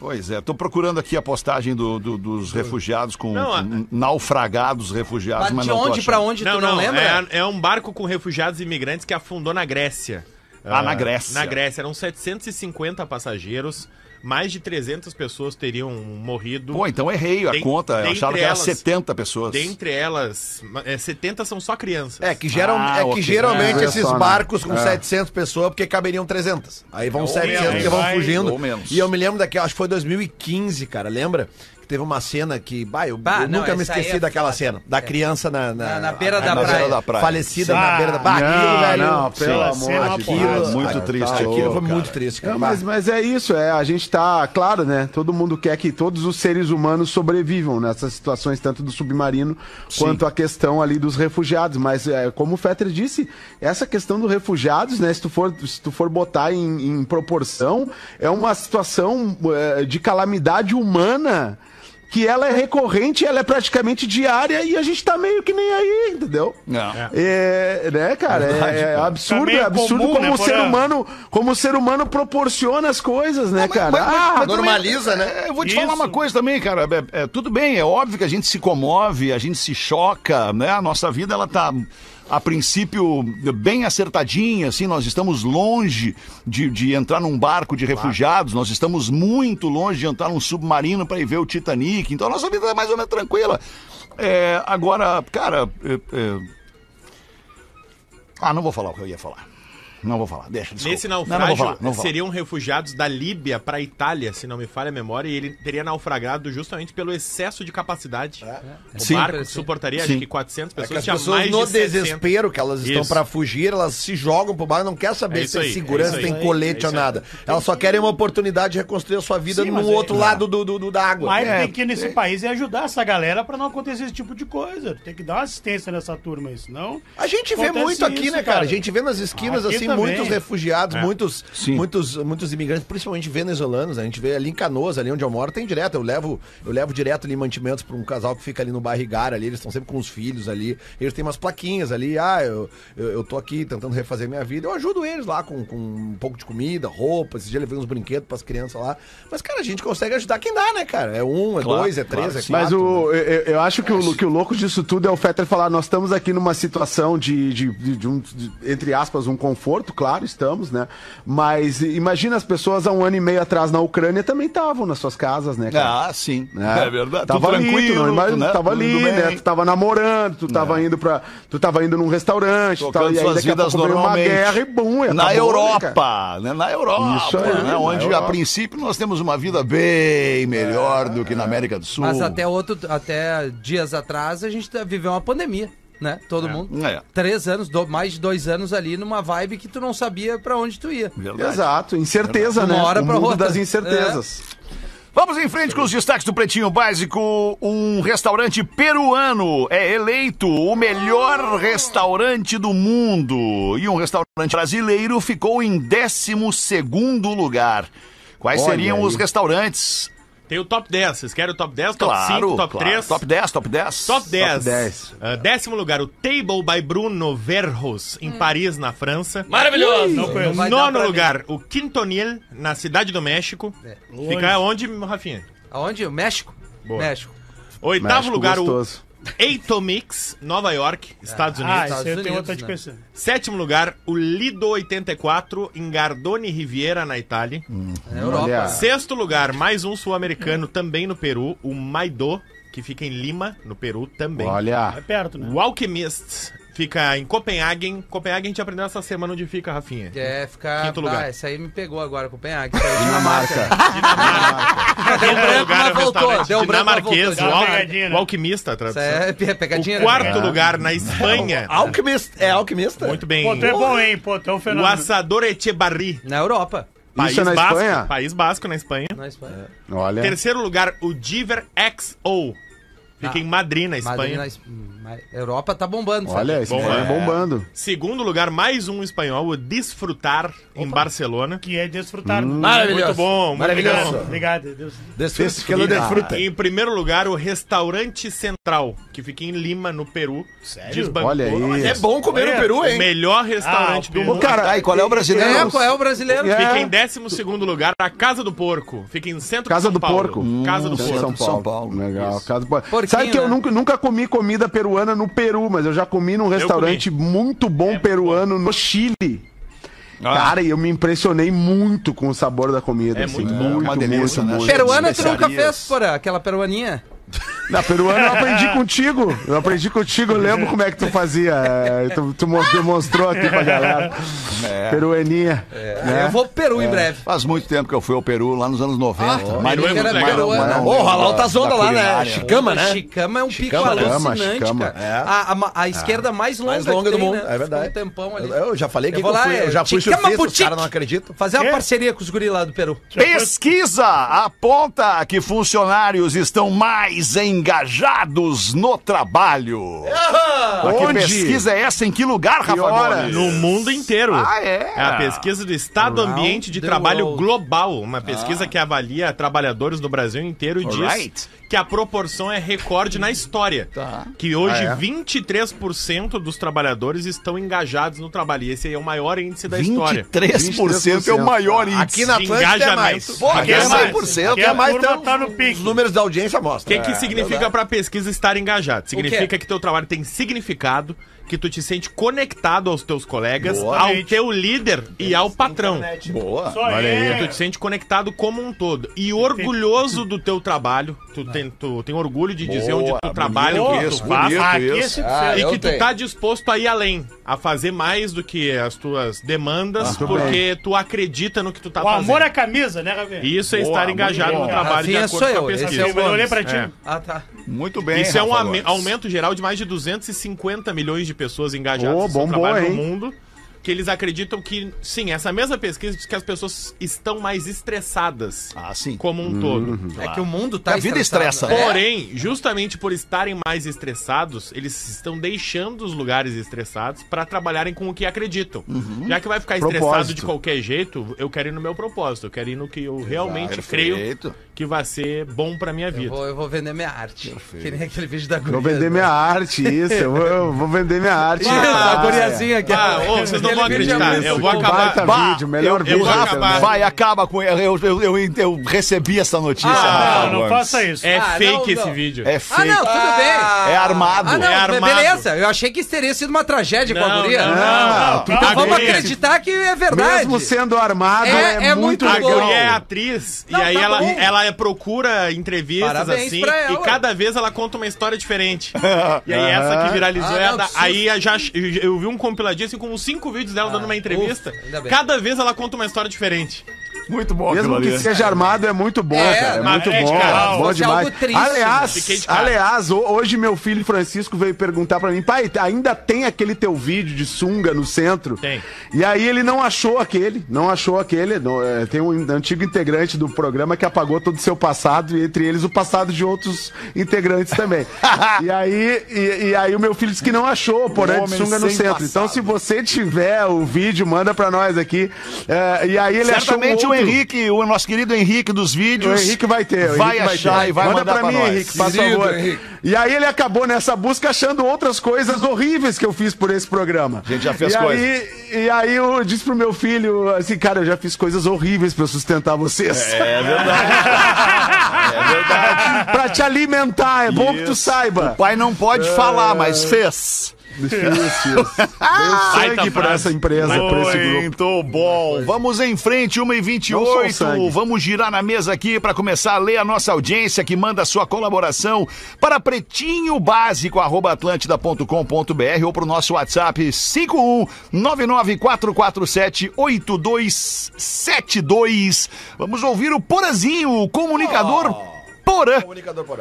S3: Pois é, tô procurando aqui a postagem do- do- dos refugiados com,
S5: Não, a-
S3: com naufragados refugiados,
S2: Mas
S3: mas
S2: de
S3: não tô
S2: onde pra
S3: achando.
S2: onde
S5: não,
S2: tu não,
S5: não,
S2: lembra?
S5: é, é um barco com refugiados e imigrantes que afundou na Grécia.
S3: Ah, na Grécia.
S5: Na Grécia. Eram 750 passageiros, mais de 300 pessoas teriam morrido.
S3: Pô, então errei a
S5: Den-
S3: conta. Eu
S5: dentre
S3: achava que era
S5: elas-
S3: 70 pessoas.
S5: Dentre elas, é, 70 são só crianças.
S7: É que, geral,
S3: Ah,
S7: é que
S3: ok.
S7: geralmente
S6: É,
S7: esses
S6: só, né?
S7: barcos com
S6: É.
S7: 700 pessoas, porque caberiam 300. Aí vão 700
S8: menos,
S7: que vão
S8: vai-
S7: fugindo.
S3: ou menos.
S7: E eu me lembro daquela, acho que foi 2015, cara, lembra? Que teve uma cena que, bah, eu,
S2: Bah,
S7: eu
S2: não,
S7: nunca me
S2: essa aí
S7: esqueci
S2: é
S7: daquela
S2: foda.
S7: cena. Da criança na...
S2: Na- na beira da
S7: beira
S2: praia.
S7: Falecida
S8: Ah,
S7: tá na beira da... Bah, aquilo, velho.
S6: não, pelo
S5: É
S8: Sim.
S6: amor de
S8: Aquilo-
S6: Deus.
S3: é Muito
S6: cara,
S3: triste
S6: tá
S3: aquilo.
S7: Aquilo
S6: louco.
S7: foi
S3: cara.
S7: muito triste, cara.
S6: É,
S7: Bah.
S6: mas, mas é isso, é, a gente tá, claro, né? Todo mundo quer que todos os seres humanos sobrevivam nessas situações, tanto do submarino quanto a questão ali dos refugiados. Mas é, como o Fetter disse, essa questão dos refugiados, né? Se tu for, se tu for botar em, em proporção, é uma situação é, de calamidade humana que ela é recorrente, ela é praticamente diária e a gente tá meio que nem aí, entendeu?
S3: Não.
S6: É, né, cara? É, é absurdo,
S8: Tá meio
S6: é absurdo
S8: comum,
S6: como
S8: né,
S6: o ser
S8: Porã?
S6: humano, como o ser humano proporciona as coisas, né, cara? Ah,
S7: Normaliza, né?
S3: É, Eu vou te falar
S8: Isso.
S3: uma coisa também, cara. É, é, tudo bem, é óbvio que a gente se comove, a gente se choca, né? A nossa vida, ela tá, a princípio, bem acertadinha, assim. Nós estamos longe de, de entrar num barco de refugiados, nós estamos muito longe de entrar num submarino para ir ver o Titanic. Então, a nossa vida é mais ou menos tranquila. É, agora, cara... é, é, Ah, não vou falar o que eu ia falar. Não vou falar, deixa, desculpa.
S5: Nesse
S3: Não, não
S5: naufrágio,
S3: vou falar, não vou falar.
S5: seriam refugiados da Líbia para Itália, se não me falha a memória, e ele teria naufragado justamente pelo excesso de capacidade. O
S3: É, Sim.
S5: barco suportaria,
S3: Sim.
S5: acho que 400
S7: É que
S5: pessoas,
S7: as
S5: tinha
S7: pessoas
S5: mais
S7: no
S5: de 60.
S7: desespero que elas estão
S5: Isso.
S7: pra fugir, elas se jogam pro barco, não quer
S5: É
S7: saber
S5: isso
S7: se tem
S5: aí, é
S7: segurança,
S5: isso aí.
S7: tem colete
S5: É
S7: ou
S5: isso
S7: nada. Elas só querem uma oportunidade de reconstruir a sua vida
S8: Sim,
S7: no
S8: mas é-
S7: outro lado do, do- do- da água.
S8: Mas
S3: É,
S8: tem que ir nesse país e ajudar essa galera pra não acontecer esse tipo de coisa. Tem que dar uma assistência nessa turma aí, senão.
S7: A gente vê
S8: acontece
S7: muito aqui,
S8: isso,
S7: né, cara? A gente vê nas esquinas,
S8: Aqui
S7: assim,
S8: também.
S7: muitos refugiados, muitos,
S3: Sim.
S7: muitos, muitos imigrantes, principalmente venezuelanos. né? A gente vê ali em Canoas, ali onde eu moro, tem direto. Eu levo, eu levo direto ali mantimentos pra um casal que fica ali no barrigar ali. Eles estão sempre com os filhos ali. Eles têm umas plaquinhas ali. Ah, eu, eu, eu tô aqui tentando refazer minha vida. Eu ajudo eles lá com, com um pouco de comida, roupa. Esse dia eu levei uns brinquedos pras crianças lá. Mas, cara, a gente consegue ajudar quem dá, né, cara? É um, é dois, é três, é quatro.
S6: Mas
S7: né?
S6: o, eu, eu- eu acho que o, lo- que o louco disso tudo é o Fetter falar: nós estamos aqui numa situação de, de- de- de um, de- entre aspas, um conforto, claro, estamos, né? Mas i- imagina as pessoas há um ano e meio atrás na Ucrânia também estavam nas suas casas, né? cara?
S3: Ah, sim.
S6: Né?
S3: É verdade.
S6: Tava
S3: Tudo
S6: ali,
S3: tranquilo,
S6: tu não imagina,
S3: né?
S6: tava ali,
S3: Tudo
S6: né?
S3: bem. É.
S6: Tu tava namorando, tu tava indo para, tu tava indo num restaurante, tu tava,
S3: tocando
S6: aí
S3: suas
S6: daqui a
S3: vidas
S6: pouco veio uma
S3: normalmente.
S6: guerra e bum,
S3: na
S6: acabou, né, cara?
S3: Europa, né? Na Europa,
S6: Isso aí,
S3: né?
S6: na
S3: onde a
S6: Europa. É.
S3: princípio nós temos uma vida bem melhor do que na América do Sul.
S2: Mas até, outro, até dias atrás a gente tá- viveu uma pandemia, né? Todo mundo.
S3: É.
S2: Três anos, do- mais de dois anos ali numa vibe que tu não sabia pra onde tu ia.
S3: É Verdade.
S6: Exato, incerteza,
S2: Uma
S6: né?
S2: hora
S6: o
S2: pra
S6: mundo
S2: outra. É.
S6: das incertezas.
S3: Vamos em frente com os destaques do Pretinho Básico. Um restaurante peruano é eleito o melhor restaurante do mundo. E um restaurante brasileiro ficou em 12 lugar. Quais
S6: Olha
S3: seriam
S6: aí.
S3: os restaurantes?
S5: Tem o top 10, vocês querem o top 10, top
S3: Claro,
S5: 5, top
S3: claro.
S5: 3?
S3: Top 10, top 10.
S5: Top 10.
S6: Top 10.
S5: Ah, décimo lugar, o Table by Bruno Verros, em Paris, na França.
S10: Maravilhoso.
S8: Não conheço.
S2: Hum. vai dar pra
S5: Nono
S2: mim. É,
S5: lugar, o Quintonil, na Cidade do México. Fica onde, Rafinha?
S2: Aonde? O México?
S5: Boa.
S2: México.
S5: Oitavo
S3: um
S6: México
S5: lugar,
S6: gostoso.
S5: o Eitomix, Nova York, Estados
S8: Ah,
S5: Unidos.
S8: isso aí eu tenho
S2: Unidos,
S8: outra de
S2: né?
S8: pensando.
S5: Sétimo lugar, o Lido 84, em Gardone Riviera, na Itália.
S6: Hum.
S2: Na É Europa.
S6: Olha.
S5: Sexto lugar, mais um sul-americano, também no Peru, o Maido, que fica em Lima, no Peru também.
S8: É
S6: Olha,
S8: perto, né?
S5: O Alchemist fica em Copenhagen. Copenhagen a gente aprendeu essa semana onde fica, Rafinha.
S2: É, ficar.
S5: Quinto lugar.
S2: Ah, essa aí me pegou agora, Copenhague. Isso aí, Dinamarca. Deu
S5: Primeiro
S2: branco, mas voltou. Deu branco, mas
S5: dinamarquês,
S2: voltou.
S5: o, al-
S8: Dá uma pegadinha, né?
S5: o alquimista, a
S2: Isso
S5: tradução.
S2: aí é pe- pegadinha.
S5: O
S2: né?
S5: quarto lugar na Espanha.
S7: Alquimista. É alquimista?
S5: Muito bem.
S8: Pô, tu é bom, hein? Pô, tu é um
S5: O
S8: fenômeno.
S5: Assador Echebarri,
S2: Na Europa.
S5: país
S6: isso é na
S5: basco,
S6: Espanha?
S5: país basco na Espanha.
S2: Na Espanha.
S6: Olha.
S5: Terceiro lugar, o Diver XO.
S2: Ah,
S5: Fica em Madrid, na Espanha.
S2: Madrid, na Es- ma- Europa tá bombando. sabe?
S6: Olha, esse
S5: Bom,
S6: cara
S5: é.
S6: é bombando.
S5: Segundo lugar, mais um espanhol, o Desfrutar, em Barcelona.
S8: Que é desfrutar.
S7: Maravilhoso.
S5: Muito bom, muito
S7: maravilhoso.
S5: bom.
S8: Obrigado, Deus.
S7: Desfruta, que ela desfruta.
S5: Ah, Em primeiro lugar, o Restaurante Central, que fica em Lima, no Peru. Desbancou.
S6: Olha aí.
S5: Mas
S7: É bom comer no Peru,
S5: O
S7: hein?
S5: melhor restaurante
S8: Ah,
S5: do
S8: o Peru.
S3: Ô,
S5: mundo.
S3: cara, e qual é o brasileiro?
S2: É, qual é o brasileiro?
S6: É.
S5: Fica em 12 lugar, a Casa do Porco. Fica em centro
S6: Casa
S5: de São
S6: do
S5: Paulo.
S6: Porco. Hum,
S5: Casa do
S6: Centro de
S5: Porco.
S6: São Paulo.
S3: São Paulo.
S6: Legal. Casa do Porco.
S2: Porquinho,
S6: Sabe que eu
S2: né?
S6: nunca, nunca comi comida peruana no Peru, mas eu já comi num restaurante muito bom peruano no Chile. Cara, e eu me impressionei muito com o sabor da comida. assim.
S5: É muito bom,
S3: uma delícia, né?
S2: Peruana tu nunca
S3: Especiarias.
S2: fez, porra. Aquela peruaninha.
S6: Na peruana eu aprendi contigo. Eu aprendi contigo, eu lembro como é que tu fazia. É, Tu, tu mo- demonstrou aqui pra galera. Peruaninha. né?
S2: Eu vou pro Peru em breve.
S3: Faz muito tempo que eu fui ao Peru, lá nos anos 90. mas
S5: Peru é muito legal.
S7: Porra, lá altas ondas lá, né? Chicama, né?
S2: Chicama é um pico
S7: Chicama,
S2: alucinante,
S6: Chicama,
S2: cara. A, a ma- a esquerda mais longa,
S7: Mais longa
S2: que
S7: do
S2: tem,
S7: mundo,
S2: né?
S7: é verdade.
S2: Ficou um tempão ali.
S7: Eu, eu já falei
S2: Eu
S7: que eu,
S2: vou lá,
S7: fui, eu
S2: é
S7: já fui
S2: Chicama
S7: surfista, os
S2: Boutique.
S7: caras não acreditam.
S2: Fazer uma
S8: Quê?
S2: parceria com os guris lá do Peru.
S3: Pesquisa aponta que funcionários estão mais em engajados no trabalho. Mas que
S6: Onde?
S3: pesquisa é essa? Em que lugar, Rafa
S6: hora?
S3: Gomes?
S5: No mundo inteiro.
S3: Ah, é?
S5: É a pesquisa do Estado
S2: Around
S5: Ambiente de
S2: the
S5: Trabalho
S2: world.
S5: Global, uma pesquisa que avalia trabalhadores no Brasil inteiro e diz
S3: Alright.
S5: que a proporção é recorde na história. Que hoje
S7: Ah, é?
S5: 23% dos trabalhadores estão engajados no trabalho. E esse aí é o maior índice da história.
S3: 23% é o maior índice.
S7: Aqui na Atlântida é mais.
S5: Engajamento.
S7: Pô, aqui é
S5: Engajamento.
S7: mais. Aqui é mais,
S8: Porque a
S7: então,
S8: turma tá no
S7: os
S8: pique.
S7: números da audiência
S5: O que,
S7: mostram.
S5: que significa pra pesquisa estar engajado? Significa que teu trabalho tem significado, que tu te sente conectado aos teus colegas, ao
S8: Gente.
S5: teu líder e ao patrão.
S3: Boa.
S8: Só é.
S5: Tu te sente conectado como um todo. E orgulhoso do teu trabalho. Tu
S8: Ah.
S5: tem, tu tem orgulho de dizer onde tu trabalha, o que tu
S3: isso,
S5: faz.
S3: bonito.
S8: Aqui é
S3: isso.
S8: 100%.
S10: Ah,
S5: E
S10: eu
S5: que tu
S10: tenho.
S5: tá disposto a ir além, a fazer mais do que as tuas demandas, porque tu acredita no que tu tá
S8: o
S5: fazendo.
S8: amor à camisa, né, Rafinha?
S5: E Isso é
S3: Boa,
S5: estar
S3: muito
S5: engajado
S3: bom.
S5: no trabalho de
S2: Rafinha,
S5: acordo
S2: sou
S5: com a
S2: eu, esse
S5: pesquisa.
S2: é o
S8: Eu olhei pra ti.
S5: É.
S2: Ah, tá.
S3: Muito bem.
S5: Isso é um
S3: Rafa
S5: ame-
S3: Gomes.
S5: aumento geral de mais de 250 milhões de pessoas engajadas
S6: Ô,
S5: no seu
S6: bombou,
S5: trabalho
S6: hein?
S5: no mundo. Que eles acreditam que, sim, essa mesma pesquisa diz que as pessoas estão mais estressadas
S3: Ah, sim.
S5: como um todo.
S2: É que o mundo tá
S3: A vida estressa, né?
S5: Porém, justamente por estarem mais estressados, eles estão deixando os lugares estressados para trabalharem com o que acreditam. Já que vai ficar estressado
S6: Propósito.
S5: de qualquer jeito, eu quero ir no meu propósito, eu quero ir no que eu realmente creio
S3: Perfeito.
S5: que vai ser bom para minha vida.
S2: Eu vou, eu vou vender minha arte. Que nem aquele vídeo da guria.
S6: Vou vender minha arte, isso. Eu vou, eu vou vender minha arte.
S2: Ah, a guriazinha aqui.
S5: Ah, ô, vocês não vão
S2: Aquele vídeo é
S5: acreditar.
S2: muito
S5: Eu vou
S2: bom.
S5: acabar.
S6: Baita
S3: Bah,
S6: vídeo, melhor
S5: eu- eu
S6: vídeo. né?
S5: vou
S6: da
S5: acabar.
S6: internet.
S3: Vai, acaba com. Eu, eu, eu, eu- eu recebi essa notícia.
S8: Não,
S5: Ah,
S3: Rafa
S8: não
S3: Gomes.
S8: faça isso.
S5: É
S2: Ah,
S5: fake
S2: não,
S5: esse
S2: não.
S5: vídeo.
S3: É
S2: Ah,
S3: fake.
S2: não, tudo bem.
S3: É armado.
S2: Ah, não,
S5: É
S2: be-
S5: armado.
S2: beleza. Eu achei que isso teria sido uma tragédia com a
S5: Não,
S2: guria.
S5: não,
S6: Ah,
S5: não,
S6: tu
S5: não.
S2: Então
S5: A
S2: vamos
S5: guria-
S2: acreditar que é verdade.
S6: Mesmo sendo armado,
S2: É-
S6: é,
S2: é muito
S6: muito
S5: A
S6: legal.
S5: guria é atriz
S2: Não,
S5: e aí
S2: tá
S5: ela,
S2: bom.
S5: ela é, procura entrevistas
S2: Parabéns
S5: assim
S2: pra
S5: e
S2: ela.
S5: cada vez ela conta uma história
S6: <laughs>
S5: diferente. e aí essa que viralizou
S2: Ah,
S5: é a
S2: não,
S5: da-
S2: que susto. Ah,
S5: aí a já eu eu vi um compiladinho assim com uns cinco vídeos dela dando uma entrevista.
S2: ufa, ainda bem.
S5: cada vez ela conta uma história diferente.
S3: Ah, Muito bom,
S6: Mesmo
S3: aquilo
S6: que
S3: ali.
S6: seja armado, é muito bom,
S2: É,
S6: cara. É
S5: mas
S6: muito
S5: é de
S6: bom.
S5: cara.
S6: é bom
S2: Fosse
S6: demais.
S2: algo triste,
S5: né? Fiquei de
S6: aliás,
S5: cara.
S6: aliás, ho- hoje meu filho Francisco veio perguntar pra mim, pai, ainda tem aquele teu vídeo de sunga no centro?
S5: Tem.
S6: E aí ele não achou aquele, não achou aquele. não, é, tem um antigo integrante do programa que apagou todo o seu passado, e entre eles o passado de outros integrantes também. e, aí, e, e aí o meu filho disse que não achou, porém, de
S3: Homem
S6: sunga no
S3: sem
S6: centro.
S3: passado.
S6: Então, se você tiver o vídeo, manda pra nós aqui. É, e aí ele
S3: Certamente um o
S6: achou outro.
S3: Henrique, o nosso querido Henrique dos
S6: O
S3: vídeos.
S6: Henrique vai ter. o
S3: vai
S6: Henrique
S3: achar
S6: ter.
S3: e vai
S6: Manda
S3: mandar
S6: pra
S3: pra
S6: mim,
S3: nós.
S6: Henrique, por
S10: Querido
S6: favor.
S10: Henrique.
S6: E aí ele acabou nessa busca achando outras coisas horríveis que eu fiz por esse programa. A
S3: gente já fez
S6: e
S3: coisa.
S6: Aí, e aí eu disse pro meu filho, assim, cara, eu já fiz coisas horríveis pra sustentar vocês.
S3: É
S6: <laughs>
S3: verdade. é verdade.
S6: pra te alimentar, é bom que tu
S3: Isso.
S6: saiba.
S3: O pai não pode falar, mas fez.
S6: Difícil. Deu sangue
S5: Baita
S6: pra
S5: frase.
S6: essa empresa, pra esse grupo.
S3: Muito bom. Vamos em frente, 1h28.
S6: Não sou sangue.
S3: Vamos girar na mesa aqui para começar a ler a nossa audiência que manda sua colaboração para pretinhobásico.atlântida.com.br ou para o nosso WhatsApp 51994478272. Vamos ouvir o Porazinho, o comunicador Ah, Porã. O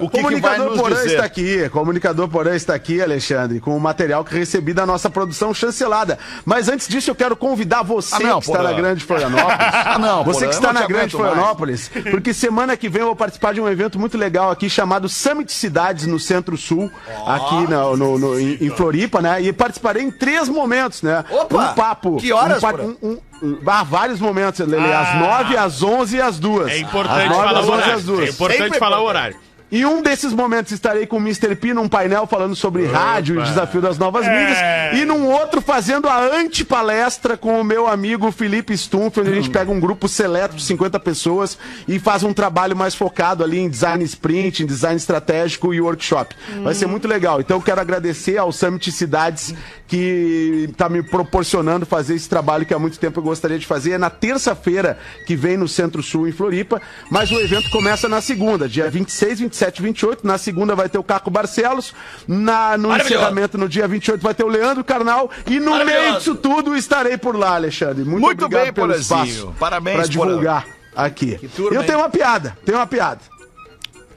S3: que, que vai
S6: Comunicador
S3: nos
S6: Porã
S3: dizer?
S6: está aqui, Comunicador Porã está aqui, Alexandre, com o material que recebi da nossa produção chancelada. Mas antes disso, eu quero convidar você
S3: Ah, não,
S6: que está
S3: Porã.
S6: na Grande Florianópolis.
S3: <laughs> Ah, não,
S6: Você
S3: Porã,
S6: que
S3: eu
S6: está
S3: não
S6: na
S3: te
S6: Grande
S3: aguento mais.
S6: Florianópolis, porque semana que vem eu vou participar de um evento muito legal aqui chamado Summit Cidades no Centro-Sul, aqui na- no- no- em, em Floripa, né? E participarei em três momentos, né?
S7: Opa!
S6: Um papo.
S7: Que horas,
S6: um pa-
S7: Porã?
S6: um- um- um- há vários momentos, Lele.
S3: Ah.
S6: Às nove, às onze e às duas.
S5: É importante
S6: Às nove,
S5: falar
S6: às
S5: o
S6: onze e às
S5: horário.
S6: duas.
S5: É importante
S7: Sempre
S5: falar o horário.
S6: Em um desses momentos estarei com o Mr. P num painel falando sobre rádio e o desafio das novas mídias. E num outro fazendo a antipalestra com o meu amigo Felipe Stumpf, onde a gente pega um grupo seleto de 50 pessoas e faz um trabalho mais focado ali em design sprint, em design estratégico e workshop. Vai ser muito legal. Então eu quero agradecer ao Summit Cidades que está me proporcionando fazer esse trabalho que há muito tempo eu gostaria de fazer. É na terça-feira que vem no Centro-Sul, em Floripa, mas o evento começa na segunda, dia 26, 27 28. Na segunda vai ter o Caco Barcelos, na, no encerramento no dia 28 vai ter o Leandro Carnal e no meio disso tudo estarei por lá, Alexandre. Muito,
S3: Muito
S6: obrigado
S3: bem,
S6: pelo
S3: Porazinho.
S6: espaço
S3: Parabéns,
S6: para
S3: Porã.
S6: divulgar aqui.
S10: turma,
S6: eu
S10: hein?
S6: tenho uma piada, tenho uma piada.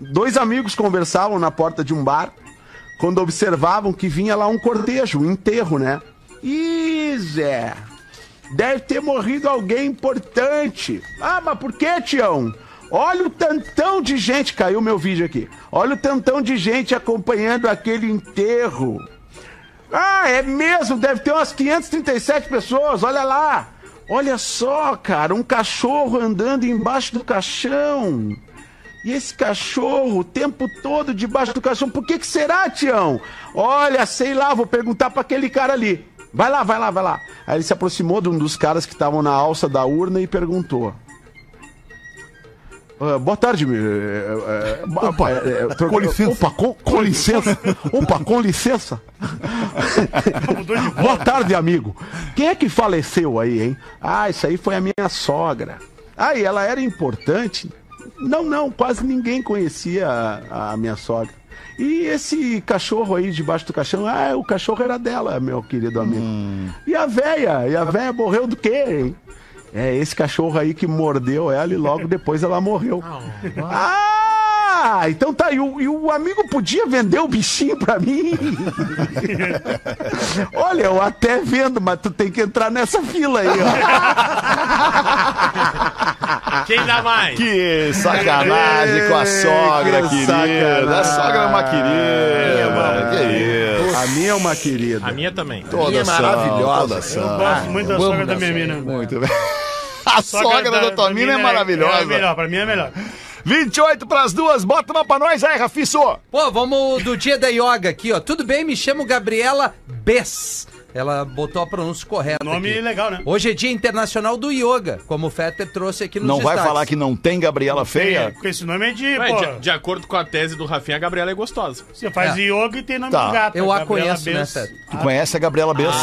S6: Dois amigos conversavam na porta de um bar quando observavam que vinha lá um cortejo, um enterro, né? Ih, Zé, deve ter morrido alguém importante. Ah, mas por que, Tião? Olha o tantão de gente, caiu meu vídeo aqui. Olha o tantão de gente acompanhando aquele enterro. Ah, é mesmo, deve ter umas 537 pessoas, olha lá. Olha só, cara, um cachorro andando embaixo do caixão. E esse cachorro o tempo todo debaixo do caixão. Por que que será, Tião? Olha, sei lá, vou perguntar pra aquele cara ali. Vai lá, vai lá, vai lá. Aí ele se aproximou de um dos caras que estavam na alça da urna e perguntou. "Ah, boa tarde, me- eh, eh, ba-
S10: Opa,
S6: eh, eh, tro-
S10: com licença.
S6: Opa, com, com licença. Opa, com licença. Boa tarde, amigo. Quem é que faleceu aí, hein? Ah, isso aí foi a minha sogra. Ah, e ela era importante? Não, não, quase ninguém conhecia a, a minha sogra. E esse cachorro aí debaixo do caixão? Ah, o cachorro era dela, meu querido amigo. E a véia? E a véia morreu do quê, hein? É esse cachorro aí que mordeu ela e logo depois ela morreu. Ah, então tá. E o, e o amigo podia vender o bichinho pra mim? Olha, eu até vendo, mas tu tem que entrar nessa fila aí, ó.
S5: Quem
S6: Ah,
S5: dá mais?
S3: Que sacanagem com a sogra,
S6: Que
S3: querida. A sogra é uma querida. Que isso.
S6: A minha é uma querida.
S5: A minha também.
S3: Toda
S7: é
S3: são,
S7: maravilhosa.
S3: toda são.
S8: Gosto muito da
S10: eu amo
S8: sogra da né?
S10: da
S8: minha
S10: sogra.
S8: mina.
S3: é Muito bem. A sogra da tua mina é
S8: É a
S3: maravilhosa.
S8: melhor, pra mim é a melhor.
S3: 28 pras duas, bota uma pra nós aí, Rafiço.
S2: Pô, vamos do dia da yoga aqui, ó. Tudo bem, me chamo Gabriela Bess. Ela botou a pronúncia correta.
S8: Nome
S2: aqui.
S8: legal, né?
S2: Hoje é dia internacional do yoga, como o Fetter trouxe aqui nos
S3: Não vai
S2: destaques.
S3: falar que não tem Gabriela feia?
S8: Com esse nome é de,
S5: Ué,
S8: pô,
S5: de, de acordo com a tese do Rafinha, a Gabriela é gostosa.
S8: você faz
S2: É.
S8: yoga e tem nome
S3: Tá.
S8: de gato.
S2: Eu a
S8: Gabriela
S2: conheço, né,
S8: Bess.
S2: Fetter?
S3: Tu conhece a Gabriela Bess?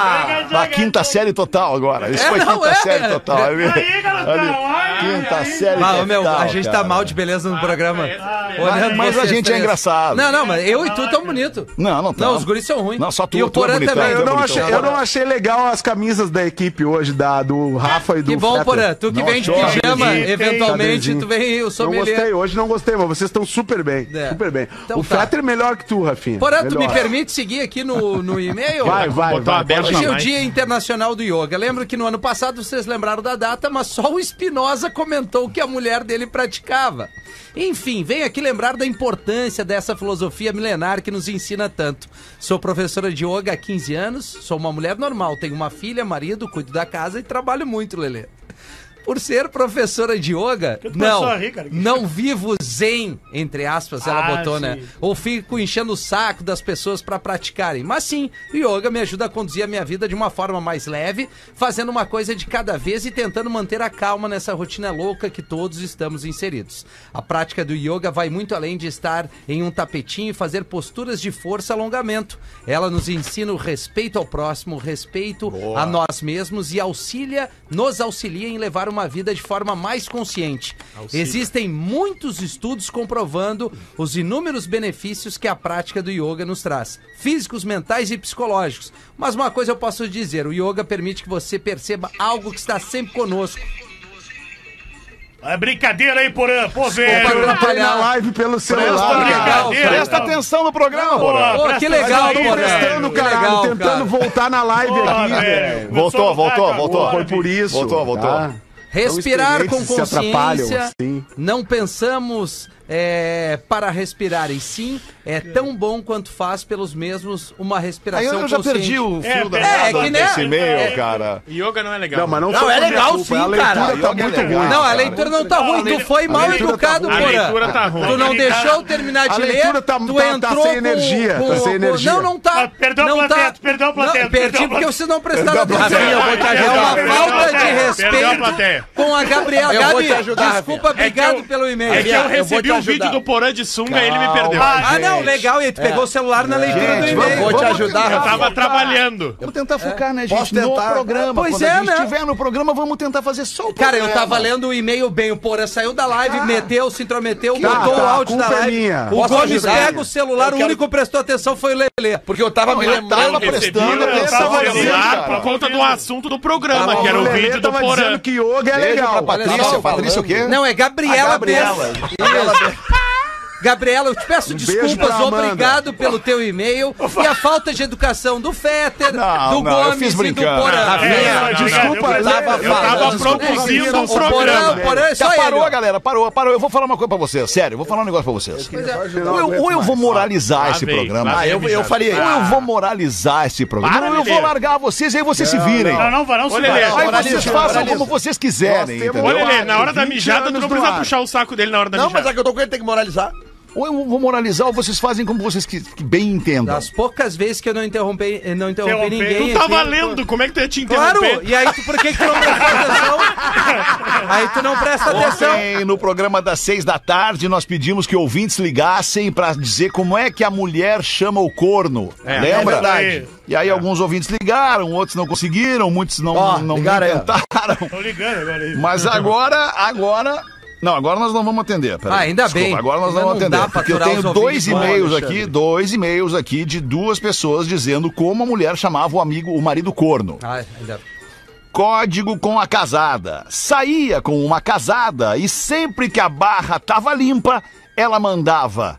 S8: Joga,
S3: Da
S8: joga,
S3: quinta série total agora. Isso
S2: É,
S3: foi
S2: não,
S3: quinta
S2: é.
S3: série total.
S8: Aí, garotão, aí,
S3: Quinta
S8: aí.
S3: série
S2: Ah,
S3: total.
S2: ô, meu, a gente tá
S3: cara.
S2: mal de beleza
S8: Ah,
S2: no programa.
S3: Mas,
S2: Olhando
S3: mas a
S2: vocês
S3: gente é
S2: três.
S3: engraçado.
S2: Não, não, mas eu e tu
S8: é
S2: tão bonito.
S3: Não, não tá.
S2: Não, os guris são ruins.
S3: Não, só tu,
S2: E o
S3: tu é
S2: Porã
S3: bonitão,
S2: também.
S3: tu é
S6: Eu não,
S3: bonitão.
S6: achei, eu não achei legal as camisas da equipe hoje, da, do Rafa e do
S2: Que bom,
S6: Fetter.
S2: Porã. Tu que
S3: Não
S2: vem de
S3: achou?
S2: pijama,
S8: Tem-
S2: eventualmente, tu vem o
S6: Não
S2: sommelier.
S6: gostei, hoje não gostei, mas vocês estão super bem.
S2: É.
S6: Super bem.
S2: Então
S6: o
S2: tá.
S6: Fetter é melhor que tu, Rafinha.
S2: Porã, tu me
S6: Melhor.
S2: permite seguir aqui no, no e-mail?
S6: Vai, vai,
S5: Botar uma
S6: vai.
S5: bela
S6: pode
S2: Hoje é o
S5: jamais.
S2: Dia Internacional do Yoga. Lembro que no ano passado vocês lembraram da data, mas só o Espinosa comentou que a mulher dele praticava. Enfim, venho aqui lembrar da importância dessa filosofia milenar que nos ensina tanto. Sou professora de yoga há 15 anos, sou uma mulher normal, tenho uma filha, marido, cuido da casa e trabalho muito, Lelê. Por ser professora de yoga,
S8: tu
S2: não,
S8: começou a rir, cara?
S2: <laughs> não vivo zen, entre aspas, ela
S8: Ah,
S2: botou, né?
S8: sim.
S2: ou fico enchendo o saco das pessoas pra praticarem. Mas sim, o yoga me ajuda a conduzir a minha vida de uma forma mais leve, fazendo uma coisa de cada vez e tentando manter a calma nessa rotina louca que todos estamos inseridos. A prática do yoga vai muito além de estar em um tapetinho e fazer posturas de força e alongamento. Ela nos ensina o respeito ao próximo, o respeito a nós mesmos e auxilia, nos auxilia em levar uma vida de forma mais consciente. Existem muitos estudos comprovando os inúmeros benefícios que a prática do yoga nos traz, físicos, mentais e psicológicos. Mas uma coisa eu posso dizer, o yoga permite que você perceba algo que está sempre conosco.
S8: É brincadeira aí, Porã. Pô,
S2: Opa, não.
S8: velho.
S6: Vai tá na live pelo celular.
S2: Presta
S6: cara.
S2: legal, cara.
S3: Presta atenção no programa, Porã.
S2: Pô, que
S8: presta
S2: legal,
S8: atenção aí,
S6: Estão
S2: Porã.
S6: prestando,
S2: Que
S6: caralho,
S2: legal,
S6: tentando
S2: cara.
S6: voltar na live
S8: Porra,
S6: aqui, velho.
S8: velho.
S3: Voltou, voltou,
S6: Pô,
S3: voltou.
S6: Foi por isso. tá?
S3: Voltou, voltou.
S2: Respirar
S6: Então,
S2: com
S6: os experientes se atrapalham, assim.
S2: consciência.
S6: sim.
S2: Não pensamos é, para respirar, e sim, é tão bom quanto faz pelos mesmos uma
S3: Aí
S2: respiração
S3: eu, eu já
S2: consciente.
S3: perdi o fio
S8: É,
S3: da
S8: é,
S3: meada
S2: é que, né?
S3: desse e-mail, cara.
S5: Yoga não é legal.
S6: Não, mas não,
S7: Não,
S6: foi
S7: é
S6: por minha
S7: legal
S6: culpa,
S7: sim,
S6: a leitura
S7: cara.
S6: tá muito
S3: Yoga é legal.
S6: ruim.
S2: Não, a
S3: cara.
S2: leitura não tá ruim, tu foi
S6: a
S2: mal
S6: leitura tá
S2: educado,
S6: ruim.
S5: A leitura
S2: Porã.
S5: tá ruim.
S2: Tu não deixou eu terminar de
S6: A
S2: ler.
S6: leitura tá-
S2: tu
S6: tá- tá
S2: entrou
S6: sem
S2: com-
S6: energia, tá
S2: com-
S6: sem
S2: com-
S6: energia.
S2: Não, não tá.
S8: Ah, perdeu a
S2: não
S8: plateia, perdeu a plateia,
S2: Não,
S8: perdeu
S2: perdi
S8: a
S2: porque
S8: plateia.
S2: vocês não prestaram
S3: Perdeu a
S2: atenção.
S3: plateia.
S2: É uma
S8: Perdeu a
S2: falta de
S8: plateia, perdeu a
S2: respeito
S8: plateia.
S2: com a Gabriela.
S7: Eu vou
S2: Gabi,
S7: te ajudar, É
S2: desculpa, obrigado pelo e-mail.
S5: É que eu
S7: Gabriela, eu vou
S5: recebi
S7: te
S5: um vídeo
S7: ajudar.
S5: do Porã de sunga e ele me perdeu.
S8: Ah,
S2: Ah, não, legal. E
S7: É.
S2: aí tu pegou o celular na leitura
S6: Gente,
S2: do
S7: Eu
S2: e-mail.
S7: vou te
S3: Vamos
S7: ajudar,
S3: tentar.
S5: Eu
S7: Rafa.
S5: tava trabalhando.
S3: Vamos tentar focar, né, gente?
S7: Posso tentar?
S3: No programa.
S2: Pois
S3: Quando
S2: é,
S3: a gente
S2: né?
S3: estiver no programa, vamos tentar fazer só o
S2: Cara,
S3: programa.
S2: eu tava lendo o e-mail bem, o Porã saiu da live, meteu, se intrometeu,
S6: Tá,
S2: mudou
S6: tá,
S2: o
S6: a
S2: áudio da
S6: culpa é
S2: live.
S6: minha.
S2: O
S7: Posso
S2: Gomes
S7: ajudar?
S2: pega o celular,
S7: Eu
S2: o
S7: quero-
S2: único que prestou atenção foi o Lelê. é
S7: Porque eu tava me
S3: Eu
S7: lembrando.
S3: tava
S5: Eu recebi
S3: prestando
S5: o
S3: atenção.
S8: celular
S3: nisso,
S5: celular
S3: cara.
S5: por conta do assunto do programa,
S2: Tá
S5: que era
S2: bom,
S5: o
S6: O Lelê
S5: vídeo do
S6: tava dizendo
S5: Porã.
S6: que yoga é
S3: Beijo
S6: legal.
S3: pra Patrícia.
S2: Olha só,
S3: Patrícia o quê?
S2: Não, é Gabriela,
S7: Gabriela.
S2: Bess. Gabriela, eu te peço
S6: Um beijo
S2: desculpas,
S6: pra Amanda.
S2: obrigado pelo teu e-mail e a falta de educação do Fetter,
S3: Não,
S2: do
S3: não, eu
S2: Gomes
S3: fiz
S2: e do
S3: brincando.
S2: Porã.
S6: Rafinha,
S8: É, não, não,
S6: desculpa,
S8: não, eu-
S6: eu tava
S8: eu tava
S6: falando,
S8: produzindo um
S2: O Porã, o
S8: programa.
S2: Porã é
S3: Já
S2: só ele.
S3: parou,
S2: ó.
S3: galera, parou, parou. Eu vou falar uma coisa pra vocês, sério, eu vou falar um negócio pra vocês.
S6: Pois é.
S3: Ou eu, ou eu vou moralizar esse
S5: vem,
S3: programa.
S5: lá
S7: Ah,
S5: vem,
S7: eu, eu
S5: Michel.
S7: faria
S3: Ou
S7: isso.
S3: eu vou moralizar esse programa.
S5: Para,
S3: ou eu vou
S5: Lelê.
S3: largar vocês e aí vocês se virem.
S8: Não, não, vai, não, se
S5: Olha,
S8: vai.
S5: Lelê,
S3: Aí vocês
S7: moraliza,
S3: façam
S7: moraliza.
S3: como vocês quiserem,
S6: Nós temos-
S3: entendeu?
S5: Olha,
S6: Eu
S5: Lelê,
S6: acho,
S5: na hora da
S6: 20
S5: mijada, tu
S6: anos
S5: não
S6: no
S5: precisa
S6: ar.
S5: puxar o saco dele na hora da
S7: Não, mas
S5: mijada.
S7: é que eu tô com ele, tem que moralizar.
S6: um-
S3: Ou eu vou moralizar ou vocês fazem como vocês que, que bem entendam.
S2: Das poucas vezes que eu não interrompi, eh, não interrompi
S8: Interromper.
S2: ninguém.
S8: Tu
S5: Tá
S2: aqui,
S5: valendo, como é que tu ia te interromper?
S2: Claro! E aí, tu, por que, que tu não presta atenção? Aí tu não presta atenção.
S3: Ontem, no programa das seis da tarde, nós pedimos que ouvintes ligassem pra dizer como é que a mulher chama o corno.
S5: É,
S3: Lembra?
S7: é verdade.
S3: E aí alguns ouvintes ligaram, outros não conseguiram, muitos não,
S7: Ó,
S3: não nem
S7: ligaram aí, ó.
S3: tentaram.
S8: Tô ligando agora
S2: <laughs>
S8: aí.
S3: Mas agora, agora... Não, agora nós não vamos atender. peraí.
S2: Ah, ainda bem.
S3: Agora nós não
S2: Não
S3: vamos
S2: dá
S3: atender.
S2: pra
S3: Porque eu
S2: aturar
S3: tenho
S2: os
S3: dois
S2: ouvintes,
S3: e-mails
S2: não,
S3: aqui,
S2: Alexandre.
S3: dois e-mails aqui de duas pessoas dizendo como a mulher chamava o amigo, o marido corno.
S2: Ai, ainda-
S3: Código com a casada. Saía com uma casada e sempre que a barra tava limpa, ela mandava.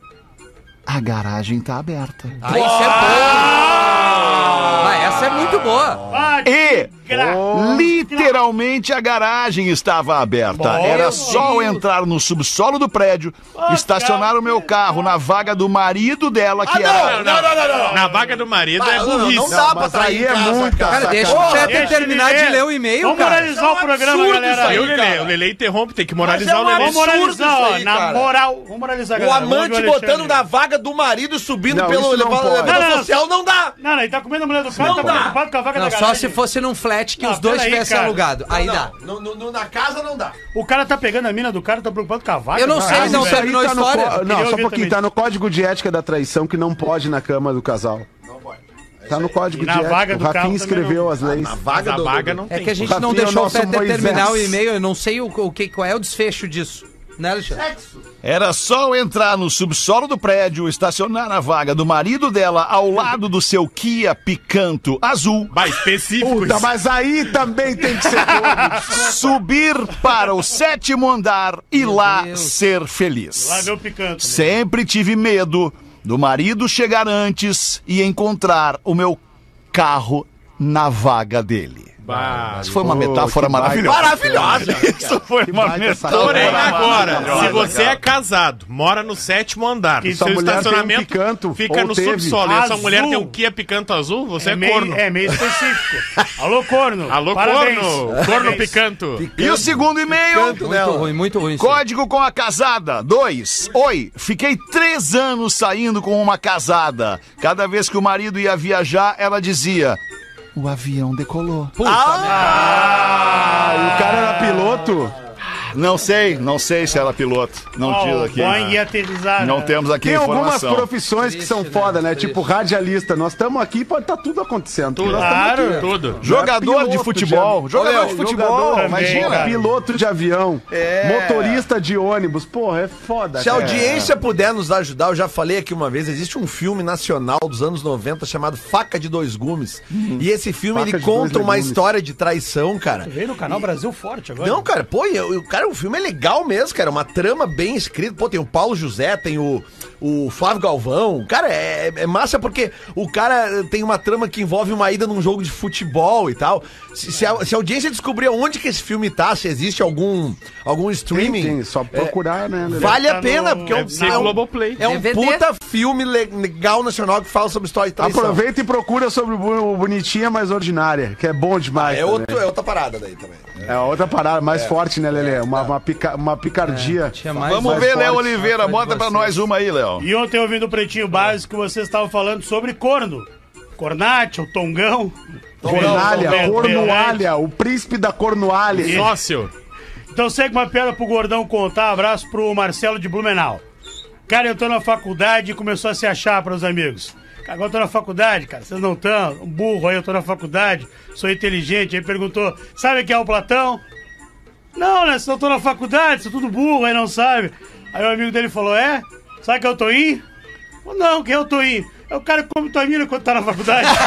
S3: A garagem tá aberta.
S2: Ah, isso é bom! Ah, essa é muito boa.
S8: Ah,
S3: E
S8: gra-
S3: literalmente a garagem estava aberta. Era só eu entrar no subsolo do prédio, estacionar o meu carro na vaga do marido dela, que era.
S5: não, não, não, não. Na vaga do marido é
S7: Ah, não,
S5: burrice.
S7: não dá pra sair
S6: aí é
S7: em casa,
S6: muita
S2: Cara, deixa o Peter
S8: deixa
S2: terminar
S8: ele
S2: de
S8: ler.
S2: ler o e-mail,
S8: Vamos
S2: cara.
S5: é
S8: moralizar o programa, galera.
S5: um Aí é um o Lelê, o Lelê interrompe, tem que moralizar o Lelê.
S8: Vamos moralizar,
S7: absurdo
S8: ó.
S7: isso aí,
S8: na
S7: cara.
S8: moral. Vamos moralizar,
S7: O
S8: galera. Vamos
S7: amante
S8: ver o Alexandre.
S7: botando na vaga do marido e subindo
S6: Não,
S7: pelo
S6: isso não
S7: elevador
S6: pode.
S7: elevador
S8: Não, não.
S7: social, não dá.
S8: Não, não, ele tá comendo a mulher do cara, tá
S7: Não dá.
S8: preocupado com a vaga
S2: Não,
S8: da
S2: só
S8: garagem.
S2: se fosse num flat que
S8: Não,
S2: os dois
S8: peraí,
S2: tivessem
S8: cara.
S2: alugado. Aí
S7: não,
S2: dá.
S7: No, no- no- na casa não dá.
S8: O cara tá pegando a mina do cara, tá preocupado com a vaga.
S2: Eu não
S8: do
S2: sei,
S8: cara,
S2: não
S8: velho.
S2: sei. terminou a
S6: tá no
S2: história?
S6: có-
S2: Eu
S6: Não,
S8: queria
S6: só um
S8: ouvir
S6: pouquinho.
S8: também.
S6: Tá no código de ética da traição que não pode na cama do casal. Não pode. Tá no código
S8: E na
S6: de ética.
S8: vaga do
S6: o Rafinha
S8: carro
S6: escreveu as leis.
S5: Mas a vaga não
S2: É
S5: tem.
S2: que a gente não
S6: Rafinha,
S2: deixou o
S6: nosso
S2: Peter
S6: Moisés.
S2: terminar o e-mail, eu não sei o, o que, qual é o desfecho disso. Né, Alexandre?
S3: Era só eu entrar no subsolo do prédio, estacionar na vaga do marido dela ao lado do seu Kia Picanto azul.
S5: Vai, específico
S6: Puta,
S5: isso.
S6: mas aí também tem que ser
S3: subir para o sétimo andar e lá
S2: Deus.
S3: ser feliz.
S8: Lá vê o picante. né?
S3: Sempre tive medo do marido chegar antes e encontrar o meu carro na vaga dele.
S5: Bah.
S3: Isso foi uma
S6: Pô,
S3: metáfora
S6: que baita-
S3: maravilhosa.
S7: Maravilhosa.
S3: Isso foi uma
S2: Tá
S3: metáfora.
S5: Porém,
S3: maravilhosa.
S5: agora, se você é casado, mora no sétimo andar,
S8: E
S5: seu
S6: sua mulher
S5: estacionamento
S6: tem um picanto,
S5: fica
S6: ou
S5: no
S6: teve.
S5: subsolo, e essa
S8: Azul.
S5: mulher tem um Kia picanto azul, você é,
S8: É meio,
S5: corno.
S8: é
S5: <laughs>
S8: meio específico. Alô, corno.
S5: Alô,
S8: Parabéns.
S5: corno! Corno
S8: Parabéns.
S5: picanto!
S3: E o segundo e-mail.
S7: Canto
S2: Muito
S7: dela.
S2: ruim, muito ruim. isso.
S3: Código com a casada. Dois. Oi, fiquei três anos saindo com uma casada. Cada vez que o marido ia viajar, ela dizia: O avião decolou.
S2: Puta merda.
S6: O cara era piloto.
S3: Não sei, não sei se ela é piloto. Não
S8: Ó,
S3: diz
S8: o
S3: aqui.
S8: Boeing ia aterrizar.
S3: Não
S8: né?
S3: temos aqui
S6: Tem algumas
S3: informação.
S6: profissões que são
S2: Triste, né?
S6: foda, né?
S2: Triste.
S6: Tipo radialista. Nós estamos aqui, pode estar tudo acontecendo.
S8: é
S5: Tudo.
S6: Nós tamo
S8: Claro.
S5: Tudo.
S3: Jogador
S6: piloto,
S3: de futebol,
S6: Thiago.
S3: jogador
S6: Olha,
S3: de futebol,
S6: jogador,
S3: imagina.
S8: cara.
S6: Piloto de avião, motorista de ônibus, porra, é foda.
S7: Se a
S6: cara.
S7: audiência puder nos ajudar, eu já falei aqui uma vez, existe um filme nacional dos anos 90 chamado Faca de Dois Gumes. E esse filme
S6: Faca
S7: ele
S6: de Dois
S7: conta uma
S6: Legumes.
S7: história de traição, cara.
S8: Veio no canal Brasil Forte agora.
S7: Não, cara, pô, eu, eu- cara, o filme é legal mesmo, cara. Uma trama bem escrita. Pô, tem o Paulo José, tem o, o Flávio Galvão. Cara, é, é massa porque o cara tem uma trama que envolve uma ida num jogo de futebol e tal. Se, se a, se a audiência descobrir onde que esse filme tá, se existe algum, algum
S6: Tem,
S7: streaming.
S6: tem, só procurar, né? Lelê?
S7: é Vale
S8: Tá
S7: a
S8: no-
S7: pena, porque é um,
S5: Deve ser
S7: é um-
S5: Globoplay.
S7: é um
S2: DVD.
S7: puta filme le- legal nacional que fala sobre história de traição.
S6: Aproveita e procura sobre o bu- o Bonitinha Mais Ordinária, que é bom demais.
S7: É,
S6: também.
S7: outro,
S8: né?
S7: é outra parada daí também.
S6: É outra parada mais forte, né, Lelê? Uma, uma, pica- uma picardia.
S2: É, Tinha mais
S3: Vamos
S2: uma.
S3: ver, Léo
S6: forte.
S3: Oliveira,
S2: Atrás de
S3: bota pra
S2: vocês.
S3: nós uma aí, Léo.
S8: E ontem, ouvindo o Pretinho Básico, vocês estavam falando sobre corno. Cornate, o Tongão.
S6: Cornalha,
S8: Ver-
S6: Cornualha, o príncipe da Cornualha.
S5: Sócio.
S8: Então segue uma piada pro gordão contar. Abraço pro Marcelo de Blumenau. Cara, eu tô na faculdade e começou a se achar pros amigos. Cara, agora eu tô na faculdade, cara. Vocês não estão. Um burro aí, eu tô na faculdade. Sou inteligente. Aí perguntou: sabe quem é o Platão? Não, né? Vocês não estão na faculdade, são tudo burro, aí não sabe. Aí o amigo dele falou: é? Sabe quem é o Toim? Falou, Não, quem é o Toim? É o cara que come tua mina quando tá na faculdade. <laughs>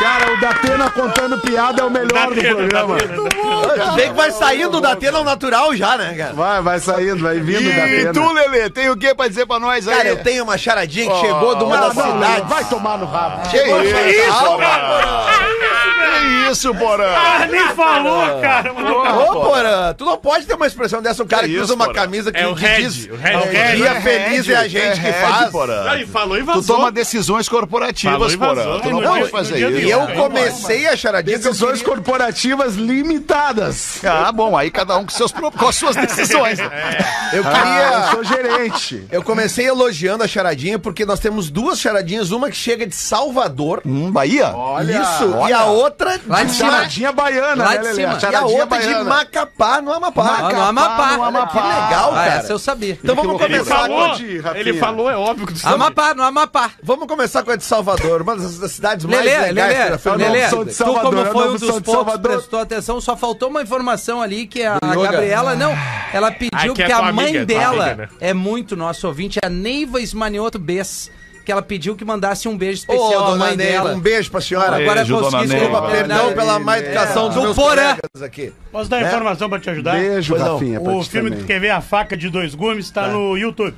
S6: Cara, o Datena contando piada é o melhor do
S5: Datena,
S6: programa.
S5: Datena, Datena.
S7: Tu vê que vai saindo da tela ao natural já, né, cara?
S6: Vai, vai saindo, vai vindo da
S9: E
S6: pena.
S9: tu, Lelê, tem o que pra dizer pra nós aí?
S7: Cara, eu tenho uma charadinha que chegou de uma das cidades.
S6: Vai tomar no rabo.
S9: Que
S7: É
S9: isso,
S7: Calma,
S9: Porã? Que isso, Porã?
S8: Ah, nem falou, cara.
S7: Ô, Porã, tu não pode ter uma expressão dessa, um cara que
S9: isso,
S7: usa uma
S9: Porã?
S7: camisa que
S5: É o
S7: que
S5: Red,
S7: diz
S5: o Red.
S7: "Algum dia
S9: É
S7: feliz
S9: head,
S7: é a gente
S9: é
S7: que
S9: head,
S7: faz.
S9: Porã.
S5: Aí falou e
S9: Tu
S5: vazou.
S3: toma
S9: toma
S3: decisões corporativas,
S5: Falou e
S3: Porã.
S5: vazou.
S3: Tu não
S5: Não,
S3: pode
S5: e-
S3: fazer
S5: e eu
S3: isso.
S7: E eu comecei a charadinha que eu
S6: Decisões
S7: queria...
S6: corporativas limitadas.
S3: Ah, bom, aí cada um com, seus, pró- com as
S5: <laughs>
S3: suas decisões. né?
S7: Eu
S6: Ah, eu
S7: queria...
S6: sou <laughs> gerente.
S7: Eu comecei elogiando a charadinha porque nós temos duas charadinhas, uma que chega de Salvador,
S3: Hum, Bahia?
S6: Ah,
S7: isso,
S3: olha.
S7: e a outra de,
S2: Lá de cima.
S7: Ma-
S6: Charadinha baiana,
S2: Lá
S6: né,
S2: de
S6: Lelê?
S2: cima.
S6: A
S7: e a
S6: Charadinha
S7: outra de
S6: baiana.
S7: Macapá, no Amapá.
S2: Ah, no Amapá.
S3: no Amapá.
S7: Que legal,
S2: Ah,
S7: cara.
S2: essa eu sabia.
S7: Então vamos
S3: loucura.
S5: Ele
S3: Ele
S7: começar,
S5: falou,
S6: pode ir, Rafinha.
S5: ele falou, é óbvio que tu sabe.
S2: Amapá, no Amapá.
S7: vamos começar com a de Salvador, uma das, das cidades mais
S2: Lelê,
S7: legais.
S2: Lelê,
S7: da
S2: Lelê,
S6: opção de
S2: tu
S6: Salvador,
S2: como
S6: é uma
S2: foi um
S6: opção
S2: dos
S6: de
S2: poucos que
S6: Salvador.
S2: prestou atenção, só faltou uma informação ali que a, a
S7: Yoga.
S2: Gabriela, não, ela
S5: Ah,
S2: pediu
S5: que é
S2: que a
S5: tua
S2: mãe
S5: amiga, tua
S2: dela
S5: amiga, né?
S2: é muito nossa ouvinte, a Neiva Esmanioto Bess, que ela pediu que mandasse um beijo
S7: Ô,
S2: especial à
S7: dona
S2: mãe
S7: Ney,
S2: dela.
S7: um beijo pra senhora.
S2: Agora
S3: Beijo, dona
S2: consegui
S3: Neiva.
S2: desculpa,
S7: Perdão pela má educação dos
S2: Do
S7: meus
S2: Porã.
S7: colegas aqui.
S8: Posso dar informação pra te ajudar?
S6: Beijo,
S7: Pois não.
S6: Rafinha, é pra
S8: O
S6: ti
S8: filme que tu
S6: também.
S8: quer ver, A Faca de Dois Gumes, tá no YouTube.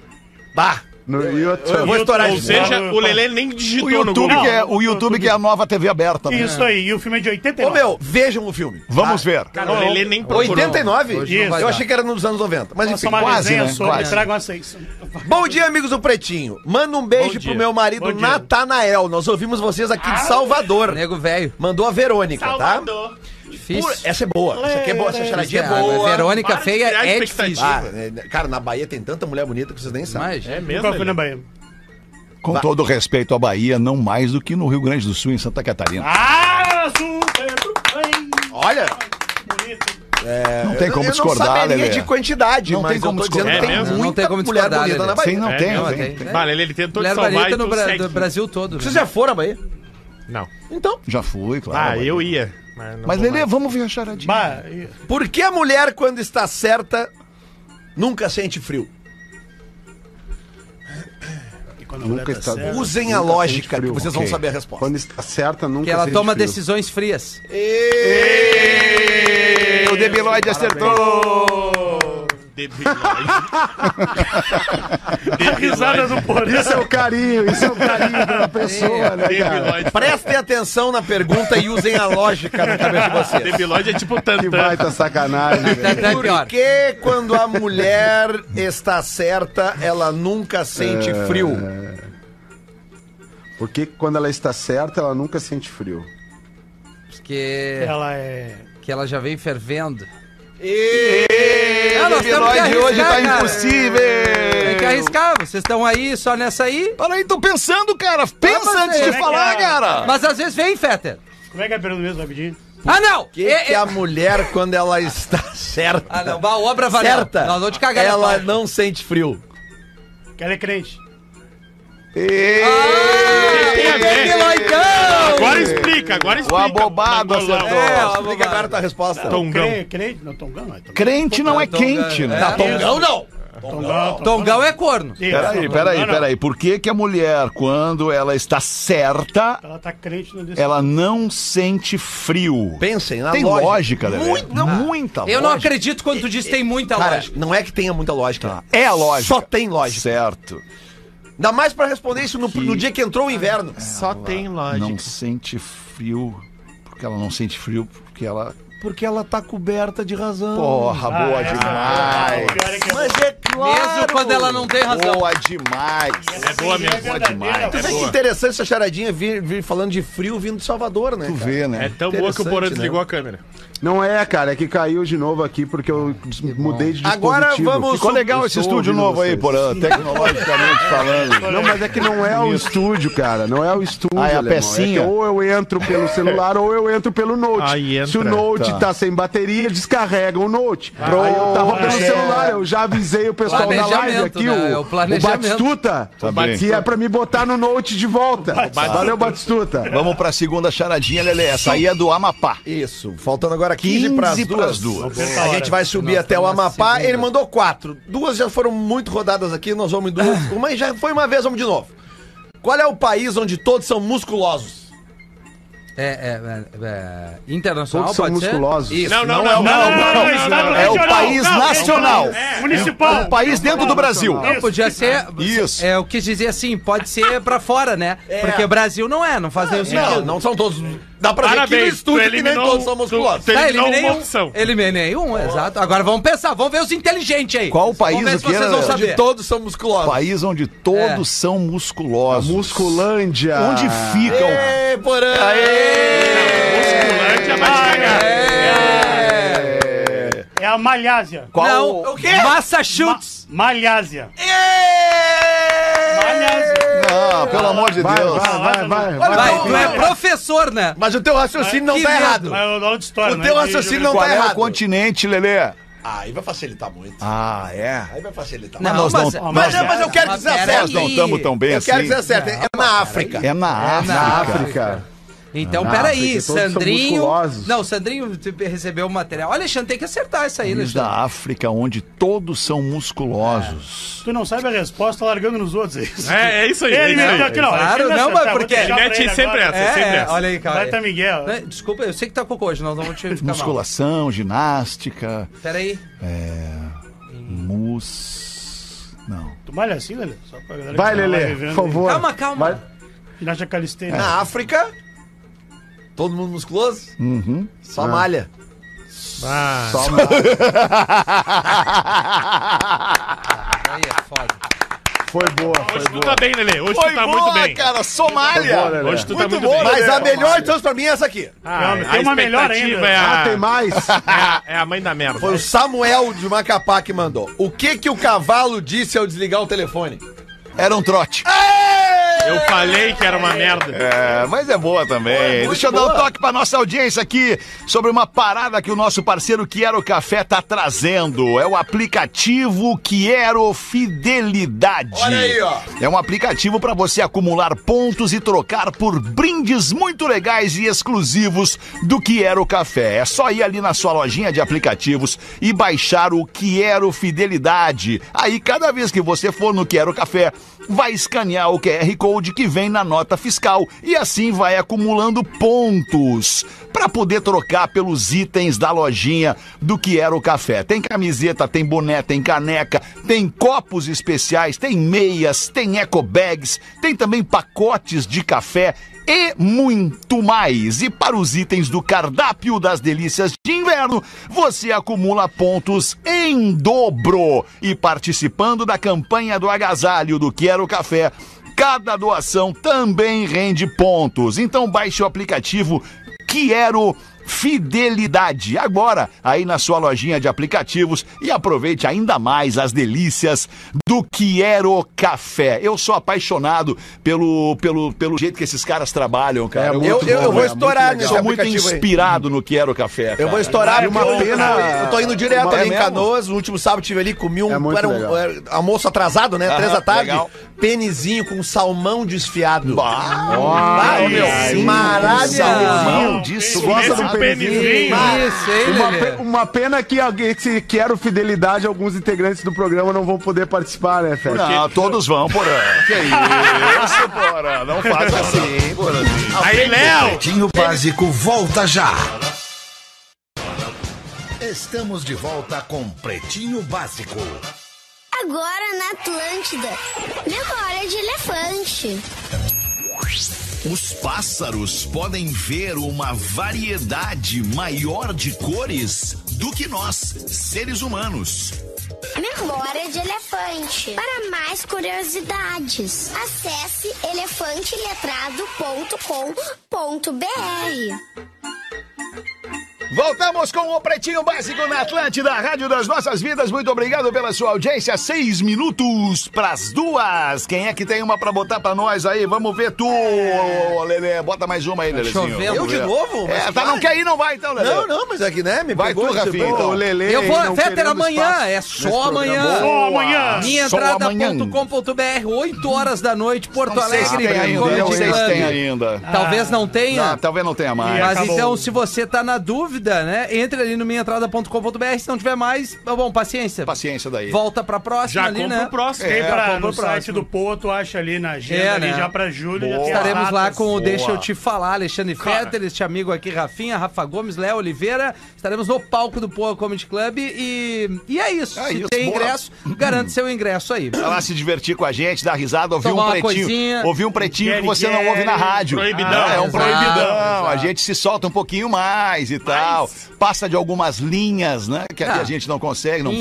S7: Bah,
S6: No YouTube.
S7: eu vou estourar
S5: Ou
S7: de novo.
S5: seja,
S8: Não,
S5: o Lelê nem digitou
S3: O YouTube,
S5: no
S3: que
S5: Google.
S3: é, o YouTube que é a nova TV aberta. né?
S8: Isso aí, e o filme é de
S7: Ô
S8: 89.
S7: meu, vejam o filme. Ah,
S3: Vamos ver.
S5: Cara, o Lelê nem procurou.
S7: 89?
S8: Hoje não vai
S7: Eu
S8: dar.
S7: achei que era nos anos 90. Mas
S8: Faça
S7: enfim.
S8: uma
S3: quase,
S8: resenha
S3: né?
S8: sobre,
S3: Quase.
S8: traga uma seis.
S7: Bom dia, amigos do Pretinho. Manda um beijo
S5: Bom dia.
S7: pro meu marido
S8: Bom dia.
S7: Natanael. Nós ouvimos vocês aqui de Salvador.
S2: Nego velho,
S7: Mandou a Verônica,
S5: Salvador.
S7: tá?
S2: difícil.
S7: Por- Essa é boa. Essa aqui é boa. Essa charadinha é
S2: Ah, mas
S7: boa.
S2: Verônica
S5: Para de
S2: feia
S5: criar
S2: é
S5: expectativa.
S2: difícil.
S7: Ah, é- cara, na Bahia tem tanta mulher bonita que vocês nem sabem.
S2: Mas,
S5: É mesmo,
S8: Nunca fui na
S5: Lelê?
S8: Bahia.
S3: Com todo respeito à Bahia, não mais do que no Rio Grande do Sul, em Santa Catarina.
S8: Ah, super bem,
S7: Olha,
S8: bonito.
S3: não tem como
S7: eu não
S3: discordar,
S7: saberia
S3: Lelê.
S7: de quantidade,
S3: Não
S7: mas
S3: tem como
S7: eu tô dizendo
S3: discordar.
S7: que tem
S5: É mesmo?
S7: muita
S2: Não tem como
S7: mulher
S2: discordar,
S7: bonita
S2: né?
S7: na Bahia.
S3: Sim, não
S5: É,
S3: tem.
S2: não,
S3: tem,
S2: tem.
S3: tem.
S5: Vale, ele tentou te
S2: Mulher
S5: salvar
S2: bonita
S5: e
S2: no
S5: tu
S2: Bra-
S5: segue.
S2: do Brasil todo. né?
S7: Vocês já foram à Bahia?
S5: Não.
S7: Então,
S3: Já fui, claro.
S5: Ah, eu ia. Mas, não
S3: Mas,
S5: vou
S3: Lelê,
S5: mais.
S3: vamos ver a charadinha.
S8: Bah, e-
S7: por que a mulher, quando está certa, nunca sente frio?
S8: e quando a mulher
S6: Nunca
S8: tá
S6: está
S8: certa-
S7: Usem a
S6: Nunca
S7: lógica
S6: sente frio,
S7: que vocês
S3: ok.
S7: vão saber a resposta.
S6: Quando está certa, nunca
S2: Que ela
S6: sente
S2: toma
S6: frio.
S2: decisões frias.
S9: Ê, O Debiloide
S6: é um
S9: acertou!
S8: A <laughs> risada do Porã.
S6: Isso é o carinho, isso <laughs> é o carinho da pessoa, né, cara?
S5: Debiloide.
S7: Prestem atenção na pergunta e usem a lógica na cabeça de
S5: <laughs>
S7: vocês.
S5: Debiloide é tipo
S6: Que
S5: tantã.
S6: baita <laughs> sacanagem, velho.
S2: Até pior.
S7: Por que quando a mulher está certa, ela nunca sente frio?
S6: Porque quando ela está certa, ela nunca sente frio.
S2: Porque
S8: Ela é...
S2: que ela já vem fervendo.
S9: Ê,
S2: Ah,
S9: O
S2: nós temos que
S9: Debiloide
S2: arriscar,
S9: hoje tá
S2: cara. Tem que
S9: impossível!
S2: arriscar, vocês estão aí só nessa aí.
S3: Para aí, tô pensando, cara. Pensa antes de
S2: é
S8: que
S3: falar,
S8: é?
S3: cara.
S2: Mas às vezes vem, Fetter.
S8: Como é que é a pergunta mesmo, rapidinho?
S2: Ah, não!
S7: Que,
S2: É-
S7: que
S2: é-
S7: a mulher, quando ela está certa,
S2: Ah, não, bah, obra valeu.
S7: certa
S2: Nós vamos te cagar.
S7: ela
S2: na pau.
S7: não sente frio.
S8: Que ela é crente.
S2: Tem a ver, Deloitão!
S5: Agora explica, agora explica.
S3: abobado
S5: Mangolão.
S3: acertou.
S2: É, ó,
S7: Explica agora a tua resposta.
S5: Tongão.
S8: Crente, crente? Não, Tongão não é Tongão.
S3: Crente não é
S2: Então,
S3: quente, né?
S2: é.
S7: Tá, Tongão não.
S8: Tongão,
S2: Tongão é corno.
S8: Isso.
S3: Peraí,
S8: Não,
S3: peraí,
S8: não.
S3: peraí. Por que, que a mulher, quando ela está certa,
S8: Ela tá crente no desse...
S3: ela não sente frio?
S7: Pensem na
S3: Tem lógica, né?
S7: Muito,
S3: Muita, muita
S2: Ah. Eu não
S3: lógica.
S2: acredito quando tu diz tem muita
S7: Cara,
S2: lógica.
S7: não é que tenha muita lógica.
S3: É a lógica.
S7: Só tem lógica.
S3: Certo.
S7: Ainda mais pra responder isso no, no dia que entrou o inverno.
S5: Só tem lógica.
S3: Não sente frio. Porque ela não sente frio, porque ela.
S7: Porque ela tá coberta de razão.
S3: Porra, boa
S8: essa-
S3: demais.
S8: Ah, o Ah, é. pior é que é-
S7: Mas é claro.
S2: Mesmo quando ela não tem razão.
S3: Boa demais.
S5: É boa
S8: é
S5: mesmo.
S8: verdadeira,
S3: demais.
S7: Mas
S5: É
S7: é que
S5: boa.
S7: interessante essa charadinha vir, vir falando de frio vindo de Salvador, né?
S3: Tu
S7: cara?
S3: vê,
S5: É
S3: né?
S5: tão boa que o Porã
S7: Interessante,
S5: desligou a câmera.
S6: Não é, cara, é que caiu de novo aqui porque eu des- mudei de dispositivo.
S7: Agora vamos-
S3: Ficou legal
S6: Eu
S3: esse
S6: estou
S3: estúdio
S6: ouvindo
S3: novo aí,
S6: vocês.
S3: Porã, tecnologicamente falando.
S6: Não, mas é que não é o estúdio, cara. Não é o estúdio.
S3: Ah, é a
S6: alemão.
S3: pecinha.
S6: que ou eu entro pelo celular ou eu entro pelo Note.
S5: Aí entra.
S6: Se o Note
S3: Tá.
S6: tá, sem bateria, descarrega o Note. aí eu tava pelo celular, eu já avisei o pessoal da live
S2: Planejamento,
S6: aqui,
S2: né? É
S6: o,
S2: o
S6: o
S2: planejamento.
S6: Batistuta,
S3: bem.
S6: que é pra me botar no Note de volta. Valeu, Batistuta.
S3: Vamos pra segunda charadinha, Lelê. Essa aí é do Amapá.
S7: Isso, faltando agora 15 para as
S3: 15 pras
S7: duas. É,
S3: duas.
S7: A gente vai subir até o
S2: estamos na
S7: Amapá.
S2: segunda.
S7: Ele mandou quatro. Duas já foram muito rodadas aqui, nós vamos em duas. <laughs> Uma já foi uma vez, vamos de novo. Qual é o país onde todos são musculosos?
S2: É, é, é, é, internacional,
S6: Todos são
S2: pode ser?
S6: musculosos.
S2: Isso.
S5: Não, não,
S3: Não,
S5: não, não,
S3: não, não, não,
S5: não,
S3: não,
S5: não.
S3: é o país
S8: Não,
S3: nacional.
S8: é,
S3: É
S8: municipal.
S3: o país dentro do Brasil.
S2: Não, podia ser.
S3: Isso.
S2: É, eu quis dizer assim, pode ser pra fora,
S7: <laughs>
S2: né? Porque Brasil não é, não faz nenhum sentido.
S7: Não, não são todos. Dá pra ver que no
S5: Parabéns, tu
S7: estúdio que nem
S5: eliminou
S7: todos são
S5: tu-
S7: musculosos.
S5: tu
S2: Tá,
S5: eliminou
S2: eliminei
S5: uma
S2: um.
S5: opção.
S2: Eliminei um, exato. Agora vamos pensar, vamos ver os inteligentes aí.
S3: Qual o país
S2: Vamos ver se
S3: o que
S2: vocês
S3: era?
S2: vão
S3: De
S2: saber.
S7: Todos são musculosos.
S3: País É. onde todos são musculosos.
S6: Musculândia.
S3: Onde fica o
S7: Ê, Porã!
S5: Musculante é mais devagar.
S8: É a Malhásia.
S3: Qual
S2: Não, o quê? Massachusetts.
S8: Ma Malhásia.
S3: Ah, pelo amor de
S6: Vai,
S3: Deus. tá
S6: vai, vai, vai. vai.
S2: Vai,
S7: Não,
S2: tu é professor, né?
S7: Mas o teu raciocínio não
S2: Que
S7: tá
S2: medo.
S7: errado.
S8: Mas eu dou aula de história,
S7: O
S8: né?
S7: teu
S8: De-
S7: raciocínio
S8: de-
S7: não
S3: Qual
S7: tá
S3: é o
S7: errado.
S3: continente, Lelê?
S7: Ah, Aí vai facilitar muito.
S3: Ah, é.
S7: Aí vai facilitar.
S2: Não,
S3: nós
S2: mas, é,
S3: não-
S7: Mas, mas eu quero que
S2: Mas
S7: vocês
S2: peraí.
S3: Nós não estamos tão bem
S7: eu
S3: assim.
S7: quero que vocês acertem. É na África.
S3: É na África.
S6: Na África.
S2: Então,
S6: Ah,
S2: peraí,
S6: porque todos são
S2: Sandrinho.
S6: musculosos.
S2: Não, Sandrinho te- recebeu o material. Olha, Alexandre, tem que acertar isso aí, né,
S3: País
S2: Alexandre.
S3: da África, onde todos são musculosos.
S8: Tu não sabe a resposta, largando nos outros. É isso.
S5: É, é isso aí. É
S8: Ele
S5: isso
S8: meteu
S5: aí.
S8: aqui, não.
S2: Claro, não, mas porque-
S5: Ele mete sempre essa,
S2: É,
S5: sempre
S2: é,
S5: essa.
S2: olha aí, cara.
S8: Vai, tá, Miguel.
S2: Né, Desculpa, eu sei que tá cocô hoje, nós não
S6: <laughs>
S2: vamos te ficar mal.
S3: Musculação, ginástica,
S2: Peraí.
S3: mus... Não.
S8: Tu malha assim, Lelê? Só pra galera que
S6: Vai,
S8: tá lá
S6: Lelê,
S8: vivendo.
S6: por favor.
S2: Calma, calma.
S6: Vai.
S8: Ginástica calistênica.
S7: Na África, todo mundo musculoso?
S3: Uhum.
S7: Só malha.
S5: Ah,
S6: Só-
S2: Aí é foda.
S6: Foi boa, foi
S5: Hoje tu tá bem, Lelê. Hoje tu tá muito bem.
S3: cara.
S6: boa.
S3: Somália.
S6: Lelê.
S5: Hoje tu tá muito
S7: Mas
S5: bem.
S7: a melhor de todas pra mim é essa aqui.
S5: Ah,
S8: Tem uma
S5: a
S8: melhor
S5: expectativa
S8: ainda.
S5: É
S6: Ah,
S5: a,
S6: tem mais?
S5: é a- é a mãe da merda.
S7: Foi o Samuel de Macapá que mandou. O que que o cavalo disse ao desligar o telefone?
S3: Era um trote.
S5: Eu falei que era uma merda.
S3: É, mas é boa também. Deixa eu dar um toque pra nossa audiência aqui sobre uma parada que o nosso parceiro Quero Café tá trazendo. É o aplicativo Quero Fidelidade.
S7: Olha aí, ó.
S3: É um aplicativo para você acumular pontos e trocar por brindes muito legais e exclusivos do Quero Café. É só ir ali na sua lojinha de aplicativos e baixar o Quero Fidelidade. Aí, cada vez que você for no Quero Café, vai escanear o QR Code que vem na nota fiscal e assim vai acumulando pontos para poder trocar pelos itens da lojinha do que era o café. Tem camiseta, tem boné, tem caneca, tem copos especiais, tem meias, tem eco bags, tem também pacotes de café e muito mais. E para os itens do cardápio das delícias de inverno, você acumula pontos em dobro. E participando da campanha do agasalho do Quero Café, cada doação também rende pontos. Então baixe o aplicativo Quero Fidelidade agora aí na sua lojinha de aplicativos e aproveite ainda mais as delícias do Quero Café. Eu sou apaixonado pelo, pelo, pelo jeito que esses caras trabalham, cara.
S6: É
S3: eu,
S6: muito
S7: Eu, eu, eu
S6: bom,
S7: vou
S6: é
S7: estourar
S3: eu
S7: nesse
S3: sou muito
S7: aplicativo aí.
S3: inspirado no Quero Café.
S7: Eu vou
S3: cara.
S7: estourar
S6: E uma
S7: porque eu-
S6: pena-
S7: Eu tô indo direto
S6: Uma-
S7: ali
S6: é
S7: em
S6: mesmo?
S7: Canoas. O último sábado eu tive ali, comi um,
S6: É muito
S7: era um
S6: legal.
S7: era almoço atrasado, né? Três da tarde.
S3: legal.
S7: Penizinho com salmão desfiado.
S3: Bah,
S7: Ah,
S6: Olha,
S7: meu,
S6: sim.
S7: maravilhoso.
S3: Salmão de Suíça.
S6: do
S5: Esse penizinho.
S6: penizinho?
S2: Isso, hein,
S6: Uma,
S2: Lelê?
S6: pe- uma pena que alguém, se quero fidelidade, alguns integrantes do programa não vão poder participar, né, Fé?
S3: Não, Ah, todos vão, Porã. Que isso, Porã. Não faz assim, Porã.
S5: Aí, Léo!
S10: Pretinho Básico volta já. Estamos de volta com Pretinho Básico.
S11: Agora na Atlântida. Memória de elefante.
S10: Os pássaros podem ver uma variedade maior de cores do que nós, seres humanos.
S11: Memória de elefante. Para mais curiosidades, acesse elefanteletrado.com.br.
S3: Voltamos com o Pretinho Básico na Atlântida, a Rádio das Nossas Vidas. Muito obrigado pela sua audiência. Seis minutos pras duas. Quem é que tem uma pra botar pra nós aí? Vamos ver tu, Lelê. Bota mais uma aí, Lelezinho.
S2: chovendo.
S7: Eu Tá de novo? Mas
S3: É, tá, não quer ir, não vai então, Lelê.
S7: Não, não, mas aqui, né? Me
S3: Vai tu,
S7: pegou,
S3: Rafinha,
S7: tipo,
S3: então.
S6: Ô, Lelê,
S2: Eu vou,
S6: não
S2: Fetter,
S6: querendo
S2: amanhã.
S6: espaço
S2: É
S6: nesse
S2: só amanhã.
S8: Só amanhã.
S3: Só amanhã.
S2: Minhaentrada.com.br, 8 horas da noite, Porto
S3: sei se
S2: Alegre,
S3: tem ainda.
S6: né?
S2: Comedy
S3: Não sei se tem
S2: Club.
S3: ainda.
S2: Talvez não tenha.
S3: Ah, talvez não tenha mais.
S2: Mas
S8: acabou.
S2: então, se você tá na dúvida, né? Entre ali no minhaentrada.com.br. Se não tiver mais, ah, bom, paciência.
S3: Paciência daí.
S2: Volta pra próxima
S5: Já
S2: ali,
S5: compra
S2: né?
S5: o próximo.
S8: Tem
S2: já
S8: pra,
S2: compra
S8: no
S2: o
S8: site
S2: próximo.
S8: do Poto, acha ali na agenda,
S2: É,
S8: ali
S2: né?
S8: já pra julho. Já tem as
S2: Estaremos lá
S8: datas.
S2: com o Deixa Eu Te Falar, Alexandre Fetter, este amigo aqui, Rafinha, Rafa Gomes, Léo Oliveira. Estaremos no palco do Poa Comedy Club e, e é isso.
S3: É
S2: Se
S3: isso,
S2: tem
S3: boa.
S2: ingresso, garante seu ingresso aí.
S3: Vai lá se divertir com a gente, dar risada, ouvir
S2: Tomar
S3: um
S2: uma
S3: pretinho.
S2: coisinha.
S3: Ouvir um pretinho que
S8: Quero,
S3: você não
S8: quero.
S3: ouve na rádio.
S5: Proibidão.
S3: Ah, é um
S2: Exato,
S3: proibidão.
S2: exato.
S3: A gente se solta um pouquinho mais e tal. Passa de algumas linhas, né? Que
S2: Ah.
S3: a gente não consegue, não
S2: E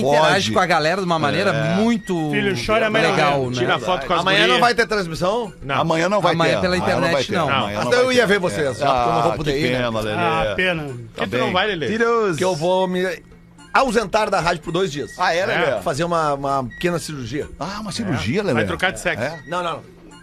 S3: pode.
S2: interage
S3: É.
S2: com a galera de uma maneira muito
S8: Filho, chora, mas
S2: legal,
S8: não
S2: né?
S5: Tira foto com as
S7: Amanhã
S5: gurias.
S7: não vai tá ter transmissão?
S5: Não.
S3: Amanhã não vai
S2: Amanhã
S3: ter.
S2: pela internet,
S3: vai ter,
S2: não.
S3: amanhã
S7: Mas
S3: vai
S7: eu ia
S3: ter.
S7: ver vocês, já, porque eu não vou
S3: Ah,
S7: poder
S3: que
S7: ir, né?
S3: pena, Lelê.
S8: Ah, pena.
S5: Por que tu
S3: bem.
S5: não vai, Lelê?
S7: Que eu vou me ausentar da rádio por dois dias.
S3: Ah, é, Lelê?
S5: É.
S7: Fazer uma, uma pequena cirurgia.
S3: Ah, uma cirurgia, Lelê.
S5: Vai trocar de sexo.
S3: É?
S7: Não, não,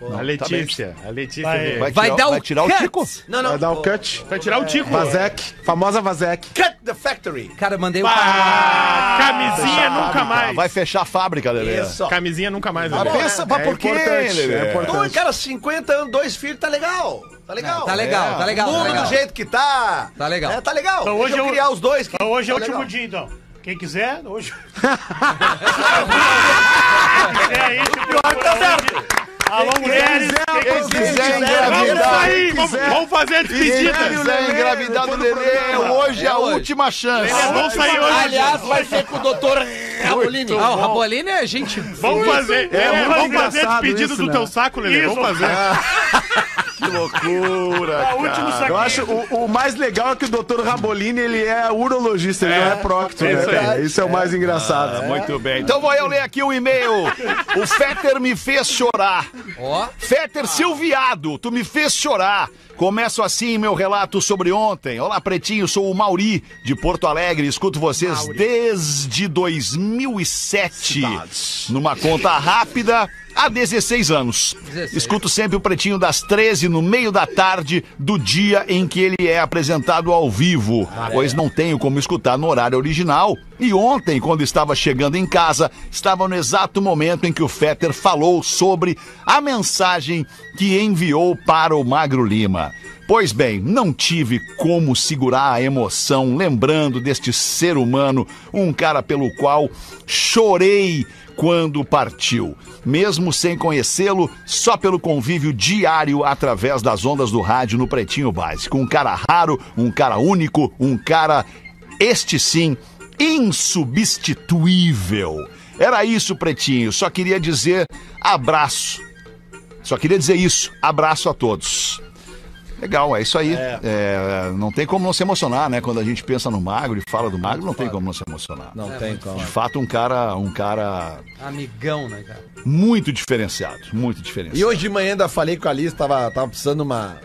S7: não.
S5: A Letícia. A Letícia.
S8: Vai.
S5: veio.
S3: Vai,
S2: Vai
S3: tirar,
S2: dar o
S3: vai tirar o
S2: cut.
S3: tico?
S7: Não, não.
S6: Vai dar um o
S7: vou-
S6: cut.
S5: Vai tirar o tico.
S6: Vazek, famosa Vazek.
S7: Cut the factory.
S2: Cara, eu mandei um o
S5: Ah, camisinha nunca
S3: Ah,
S5: mais.
S3: vai fechar a fábrica, Lelê.
S7: Isso.
S5: Camisinha nunca mais.
S3: Ah,
S5: Lelê.
S3: pensa, mas por quê,
S6: É importante,
S3: Lelê?
S6: é importante.
S7: Dois, cara, 50 anos, dois filhos, tá legal. Tá legal.
S2: Tá legal, tá legal.
S7: Mundo
S2: tá legal.
S7: do jeito que tá.
S2: Tá legal.
S7: É, tá legal.
S8: Então,
S7: Deixa
S8: hoje
S7: eu
S8: é o-
S7: criar os dois. que-
S8: Então, hoje é o
S7: tá
S8: último
S7: legal.
S8: dia, então. Quem quiser, hoje. Quem quiser aí, tipo,
S7: tá certo.
S8: Alô, mulheres. Quem
S3: Quem
S8: quiser.
S3: quiser
S5: Vamos
S3: engravidar,
S5: sair, vamos, vamos fazer a
S3: quem
S5: despedida.
S3: quiser engravidar do Lelê, hoje é a
S2: hoje.
S3: última chance.
S5: Lelê, vamos sair hoje.
S7: Aliás, vai ser com o doutor Raulini.
S2: Ah, o Rabolini é gente.
S5: Vamos fazer,
S6: É,
S5: é,
S6: muito
S5: vamos fazer a
S6: engraçado
S5: despedida
S6: isso,
S5: do
S6: né?
S5: teu saco, Lelê.
S8: Isso.
S5: Vamos fazer.
S3: Que loucura,
S8: É o último
S3: cara.
S8: saquinho.
S6: Eu acho o, o mais legal é que o Dr. Rabolini ele é urologista, ele não é procto,
S5: é
S6: né?
S5: isso aí. Ah,
S6: cara? Isso é o mais engraçado.
S3: Muito bem. Então vou eu ler aqui o e-mail. O Fetter me fez chorar.
S2: Ó.
S3: Fetter, seu viado, tu me fez chorar. Começo assim meu relato sobre ontem. Olá, pretinho, sou o Mauri, de Porto Alegre. Escuto vocês desde 2007. Numa conta rápida, há 16 anos.
S2: 16.
S3: Escuto sempre o pretinho das 13, no meio da tarde, do dia em que ele é apresentado ao vivo. Pois não tenho como escutar no horário original. E ontem, quando estava chegando em casa, estava no exato momento em que o Fetter falou sobre a mensagem que enviou para o Magro Lima. Pois bem, não tive como segurar a emoção lembrando deste ser humano, um cara pelo qual chorei quando partiu. Mesmo sem conhecê-lo, só pelo convívio diário através das ondas do rádio no Pretinho Básico. Um cara raro, um cara único, um cara, este sim, insubstituível. Era isso, Pretinho. Só queria dizer abraço. Só queria dizer isso. Abraço a todos. Legal, é isso aí. É, não tem como não se emocionar, né? Quando a gente pensa no magro e fala do magro, não tem como não se emocionar.
S7: Não tem como.
S3: De fato, um cara, um cara
S2: Amigão, né, cara?
S3: muito diferenciado, muito
S7: E
S3: diferenciado.
S7: hoje de manhã ainda falei com a Alice, tava, tava precisando uma.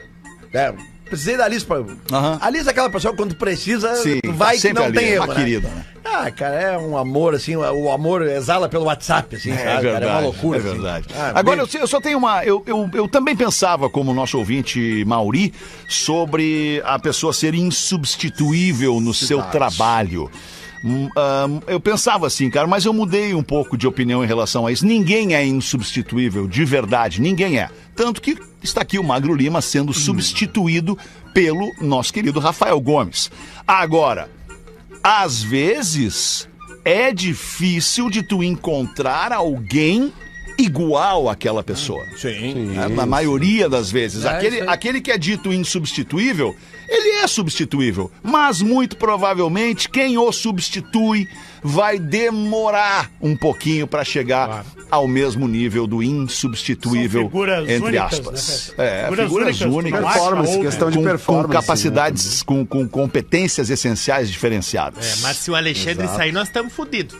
S7: É, precisei da Alice pra.
S3: Aham.
S7: A Alice é aquela pessoa que quando precisa,
S3: Sim,
S7: tu
S3: tá
S7: vai que
S3: sempre
S7: não
S3: ali,
S7: tem
S3: é
S7: erro.
S3: uma querida, né?
S7: Ah, cara, é um amor, assim, o amor exala pelo WhatsApp, assim, sabe,
S3: É
S7: cara?
S3: verdade,
S7: É uma loucura.
S3: é
S7: assim.
S3: verdade.
S7: Ah,
S3: Agora, eu, eu só tenho uma. Eu, eu, eu também pensava, como o nosso ouvinte Mauri, sobre a pessoa ser insubstituível no seu trabalho. Hum, hum, eu pensava assim, cara, mas eu mudei um pouco de opinião em relação a isso. Ninguém é insubstituível, de verdade, ninguém é. Tanto que está aqui o Magro Lima sendo
S7: Hum.
S3: substituído pelo nosso querido Rafael Gomes. Agora, às vezes é difícil de tu encontrar alguém igual àquela pessoa. Sim. Na maioria das vezes.
S2: É,
S3: aquele,
S2: isso aí.
S3: aquele que é dito insubstituível, ele é substituível. Mas muito provavelmente quem o substitui vai demorar um pouquinho para chegar ao mesmo nível do insubstituível,
S8: São figuras
S3: entre
S8: únicas,
S3: aspas.
S8: né, cara?
S3: é,
S8: Figuras
S3: figuras,
S8: únicas,
S3: únicas.
S8: tu não acha
S6: Performance,
S8: outra.
S6: questão de
S3: com,
S6: performance. né?
S3: com capacidades,
S6: Uhum.
S3: com, com competências essenciais diferenciadas.
S5: É, mas se o Alexandre sair, nós estamos fodidos.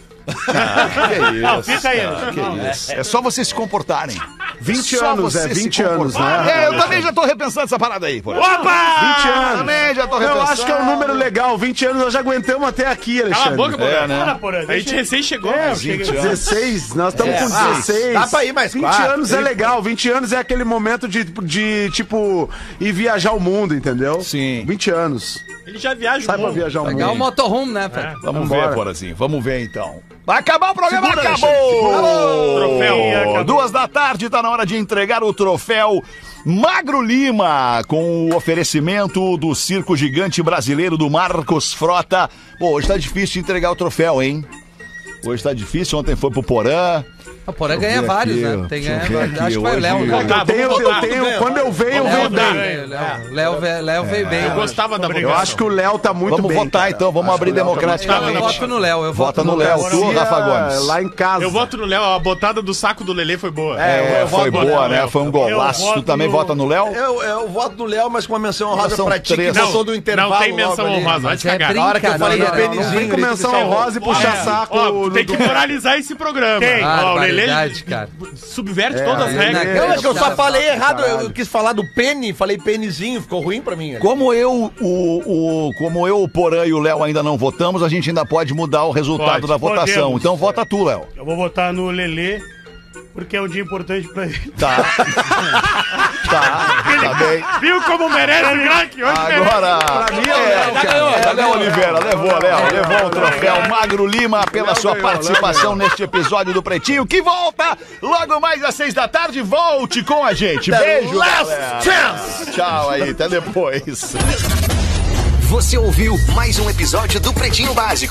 S6: Ah,
S8: Não, fica aí.
S3: Que
S8: não.
S3: isso. É só vocês se comportarem.
S6: 20
S3: Só
S6: né? anos, é
S3: vocês se
S6: 20 anos,
S3: comportarem.
S6: né?
S3: É, eu também já tô repensando essa parada aí, pô. Ah,
S6: 20 anos.
S3: Também já tô repensando.
S6: Eu acho que é um número legal, 20 anos nós já aguentamos até aqui,
S5: Cala a
S6: Alexandre.
S5: boca,
S3: É,
S5: Porã.
S8: Para,
S3: né?
S8: Porã,
S5: A gente
S8: deixa-
S5: recém chegou.
S8: É, eu
S5: cara.
S8: cheguei-
S6: 16, nós estamos com
S7: ah,
S6: 16.
S7: dá pra ir mais
S6: 20
S7: quatro,
S6: anos é legal, 20 anos é aquele momento de, de tipo, ir viajar o mundo, entendeu?
S3: Sim.
S6: 20 anos.
S5: Ele já viaja
S6: Sai
S5: o
S6: pra
S5: mundo.
S6: viajar o
S2: Pegar o
S6: mundo.
S2: motorhome, né, Fred?
S3: Vamos
S6: Vambora.
S3: ver, Porazinho. Vamos ver então. Vai acabar o programa, acabou!
S5: Troféu.
S8: Ih, acabou.
S3: Duas da tarde, tá na hora de entregar o troféu Magro Lima, com o oferecimento do Circo Gigante Brasileiro do Marcos Frota. Pô, hoje tá difícil de entregar o troféu, hein? Hoje tá difícil, ontem foi pro Porã.
S2: O Porã
S3: Deixa eu
S2: ganha
S3: ver
S2: vários,
S3: aqui,
S2: né? Tem
S3: deixa eu
S2: ganha,
S3: ver aqui,
S2: acho que vai o
S3: hoje-
S2: Léo. né?
S5: Tá,
S6: É Eu tenho,
S5: vamos
S6: eu
S5: botar.
S6: tenho, quando eu venho, eu venho
S2: Léo
S6: bem.
S2: veio, Léo- Léo ve- Léo veio bem. né?
S5: Eu gostava da
S8: Obrigado.
S6: Eu acho que o Léo tá muito
S3: vamos
S6: bem.
S3: votar
S6: cara.
S3: então, vamos
S6: Acho
S3: abrir
S6: que o Léo tá
S2: Eu
S3: democraticamente.
S2: voto no Léo, eu
S3: Vota
S2: voto
S3: no Léo, tu,
S6: muito-
S3: Rafa Gomes.
S6: Lá em casa.
S5: Eu voto no Léo, a botada do saco do Lelê foi boa.
S3: É,
S7: eu
S3: foi
S7: voto no
S3: boa,
S7: Léo.
S3: né? Foi um golaço.
S8: voto
S3: Tu também
S8: no-
S3: vota no Léo?
S7: Eu, eu voto no Léo, mas com uma menção honrosa
S3: São
S7: pra ti, que
S3: três.
S5: Não,
S7: voltou do intervalo.
S5: não tem
S7: logo
S5: menção
S7: ali.
S5: honrosa, vai te
S2: É
S5: cagar.
S7: Na hora que eu falei do
S2: brincadeira, né? não, não
S7: Benizinho,
S6: Vem
S7: ele
S6: começar
S7: disse,
S6: o Rose e puxar
S5: Olha,
S6: saco.
S5: ó,
S6: no-
S5: tem que moralizar esse programa.
S8: Tem.
S5: Ó, o Lelê
S2: Barbaridade, cara.
S5: subverte
S6: É,
S5: todas as
S6: aí,
S5: regras.
S6: né?
S7: Não, mas que eu só
S2: Cara,
S7: falei errado, eu- eu
S6: caralho.
S7: quis falar do Penny, falei Pennyzinho, ficou ruim pra mim. ali.
S3: Como eu, o, o- como eu, o Porã e o Léo ainda não votamos, a gente ainda pode mudar o resultado
S5: Pode,
S3: da votação.
S8: podemos.
S3: Então vota tu, Léo.
S8: Eu vou votar no Lelê, porque é um dia importante pra ele.
S3: Tá. <laughs> tá, tá bem.
S5: Viu como
S8: <laughs>
S5: merece o craque? Hoje merece.
S3: Agora. É, já ganhou, já ganhou, Oliveira. Levou, Léo. Levou o troféu Magro Lima pela sua participação neste episódio do Pretinho, que volta logo mais às seis da tarde. Volte com a gente. Beijo. galera. Tchau aí, até depois.
S10: Você ouviu mais um episódio do Pretinho Básico.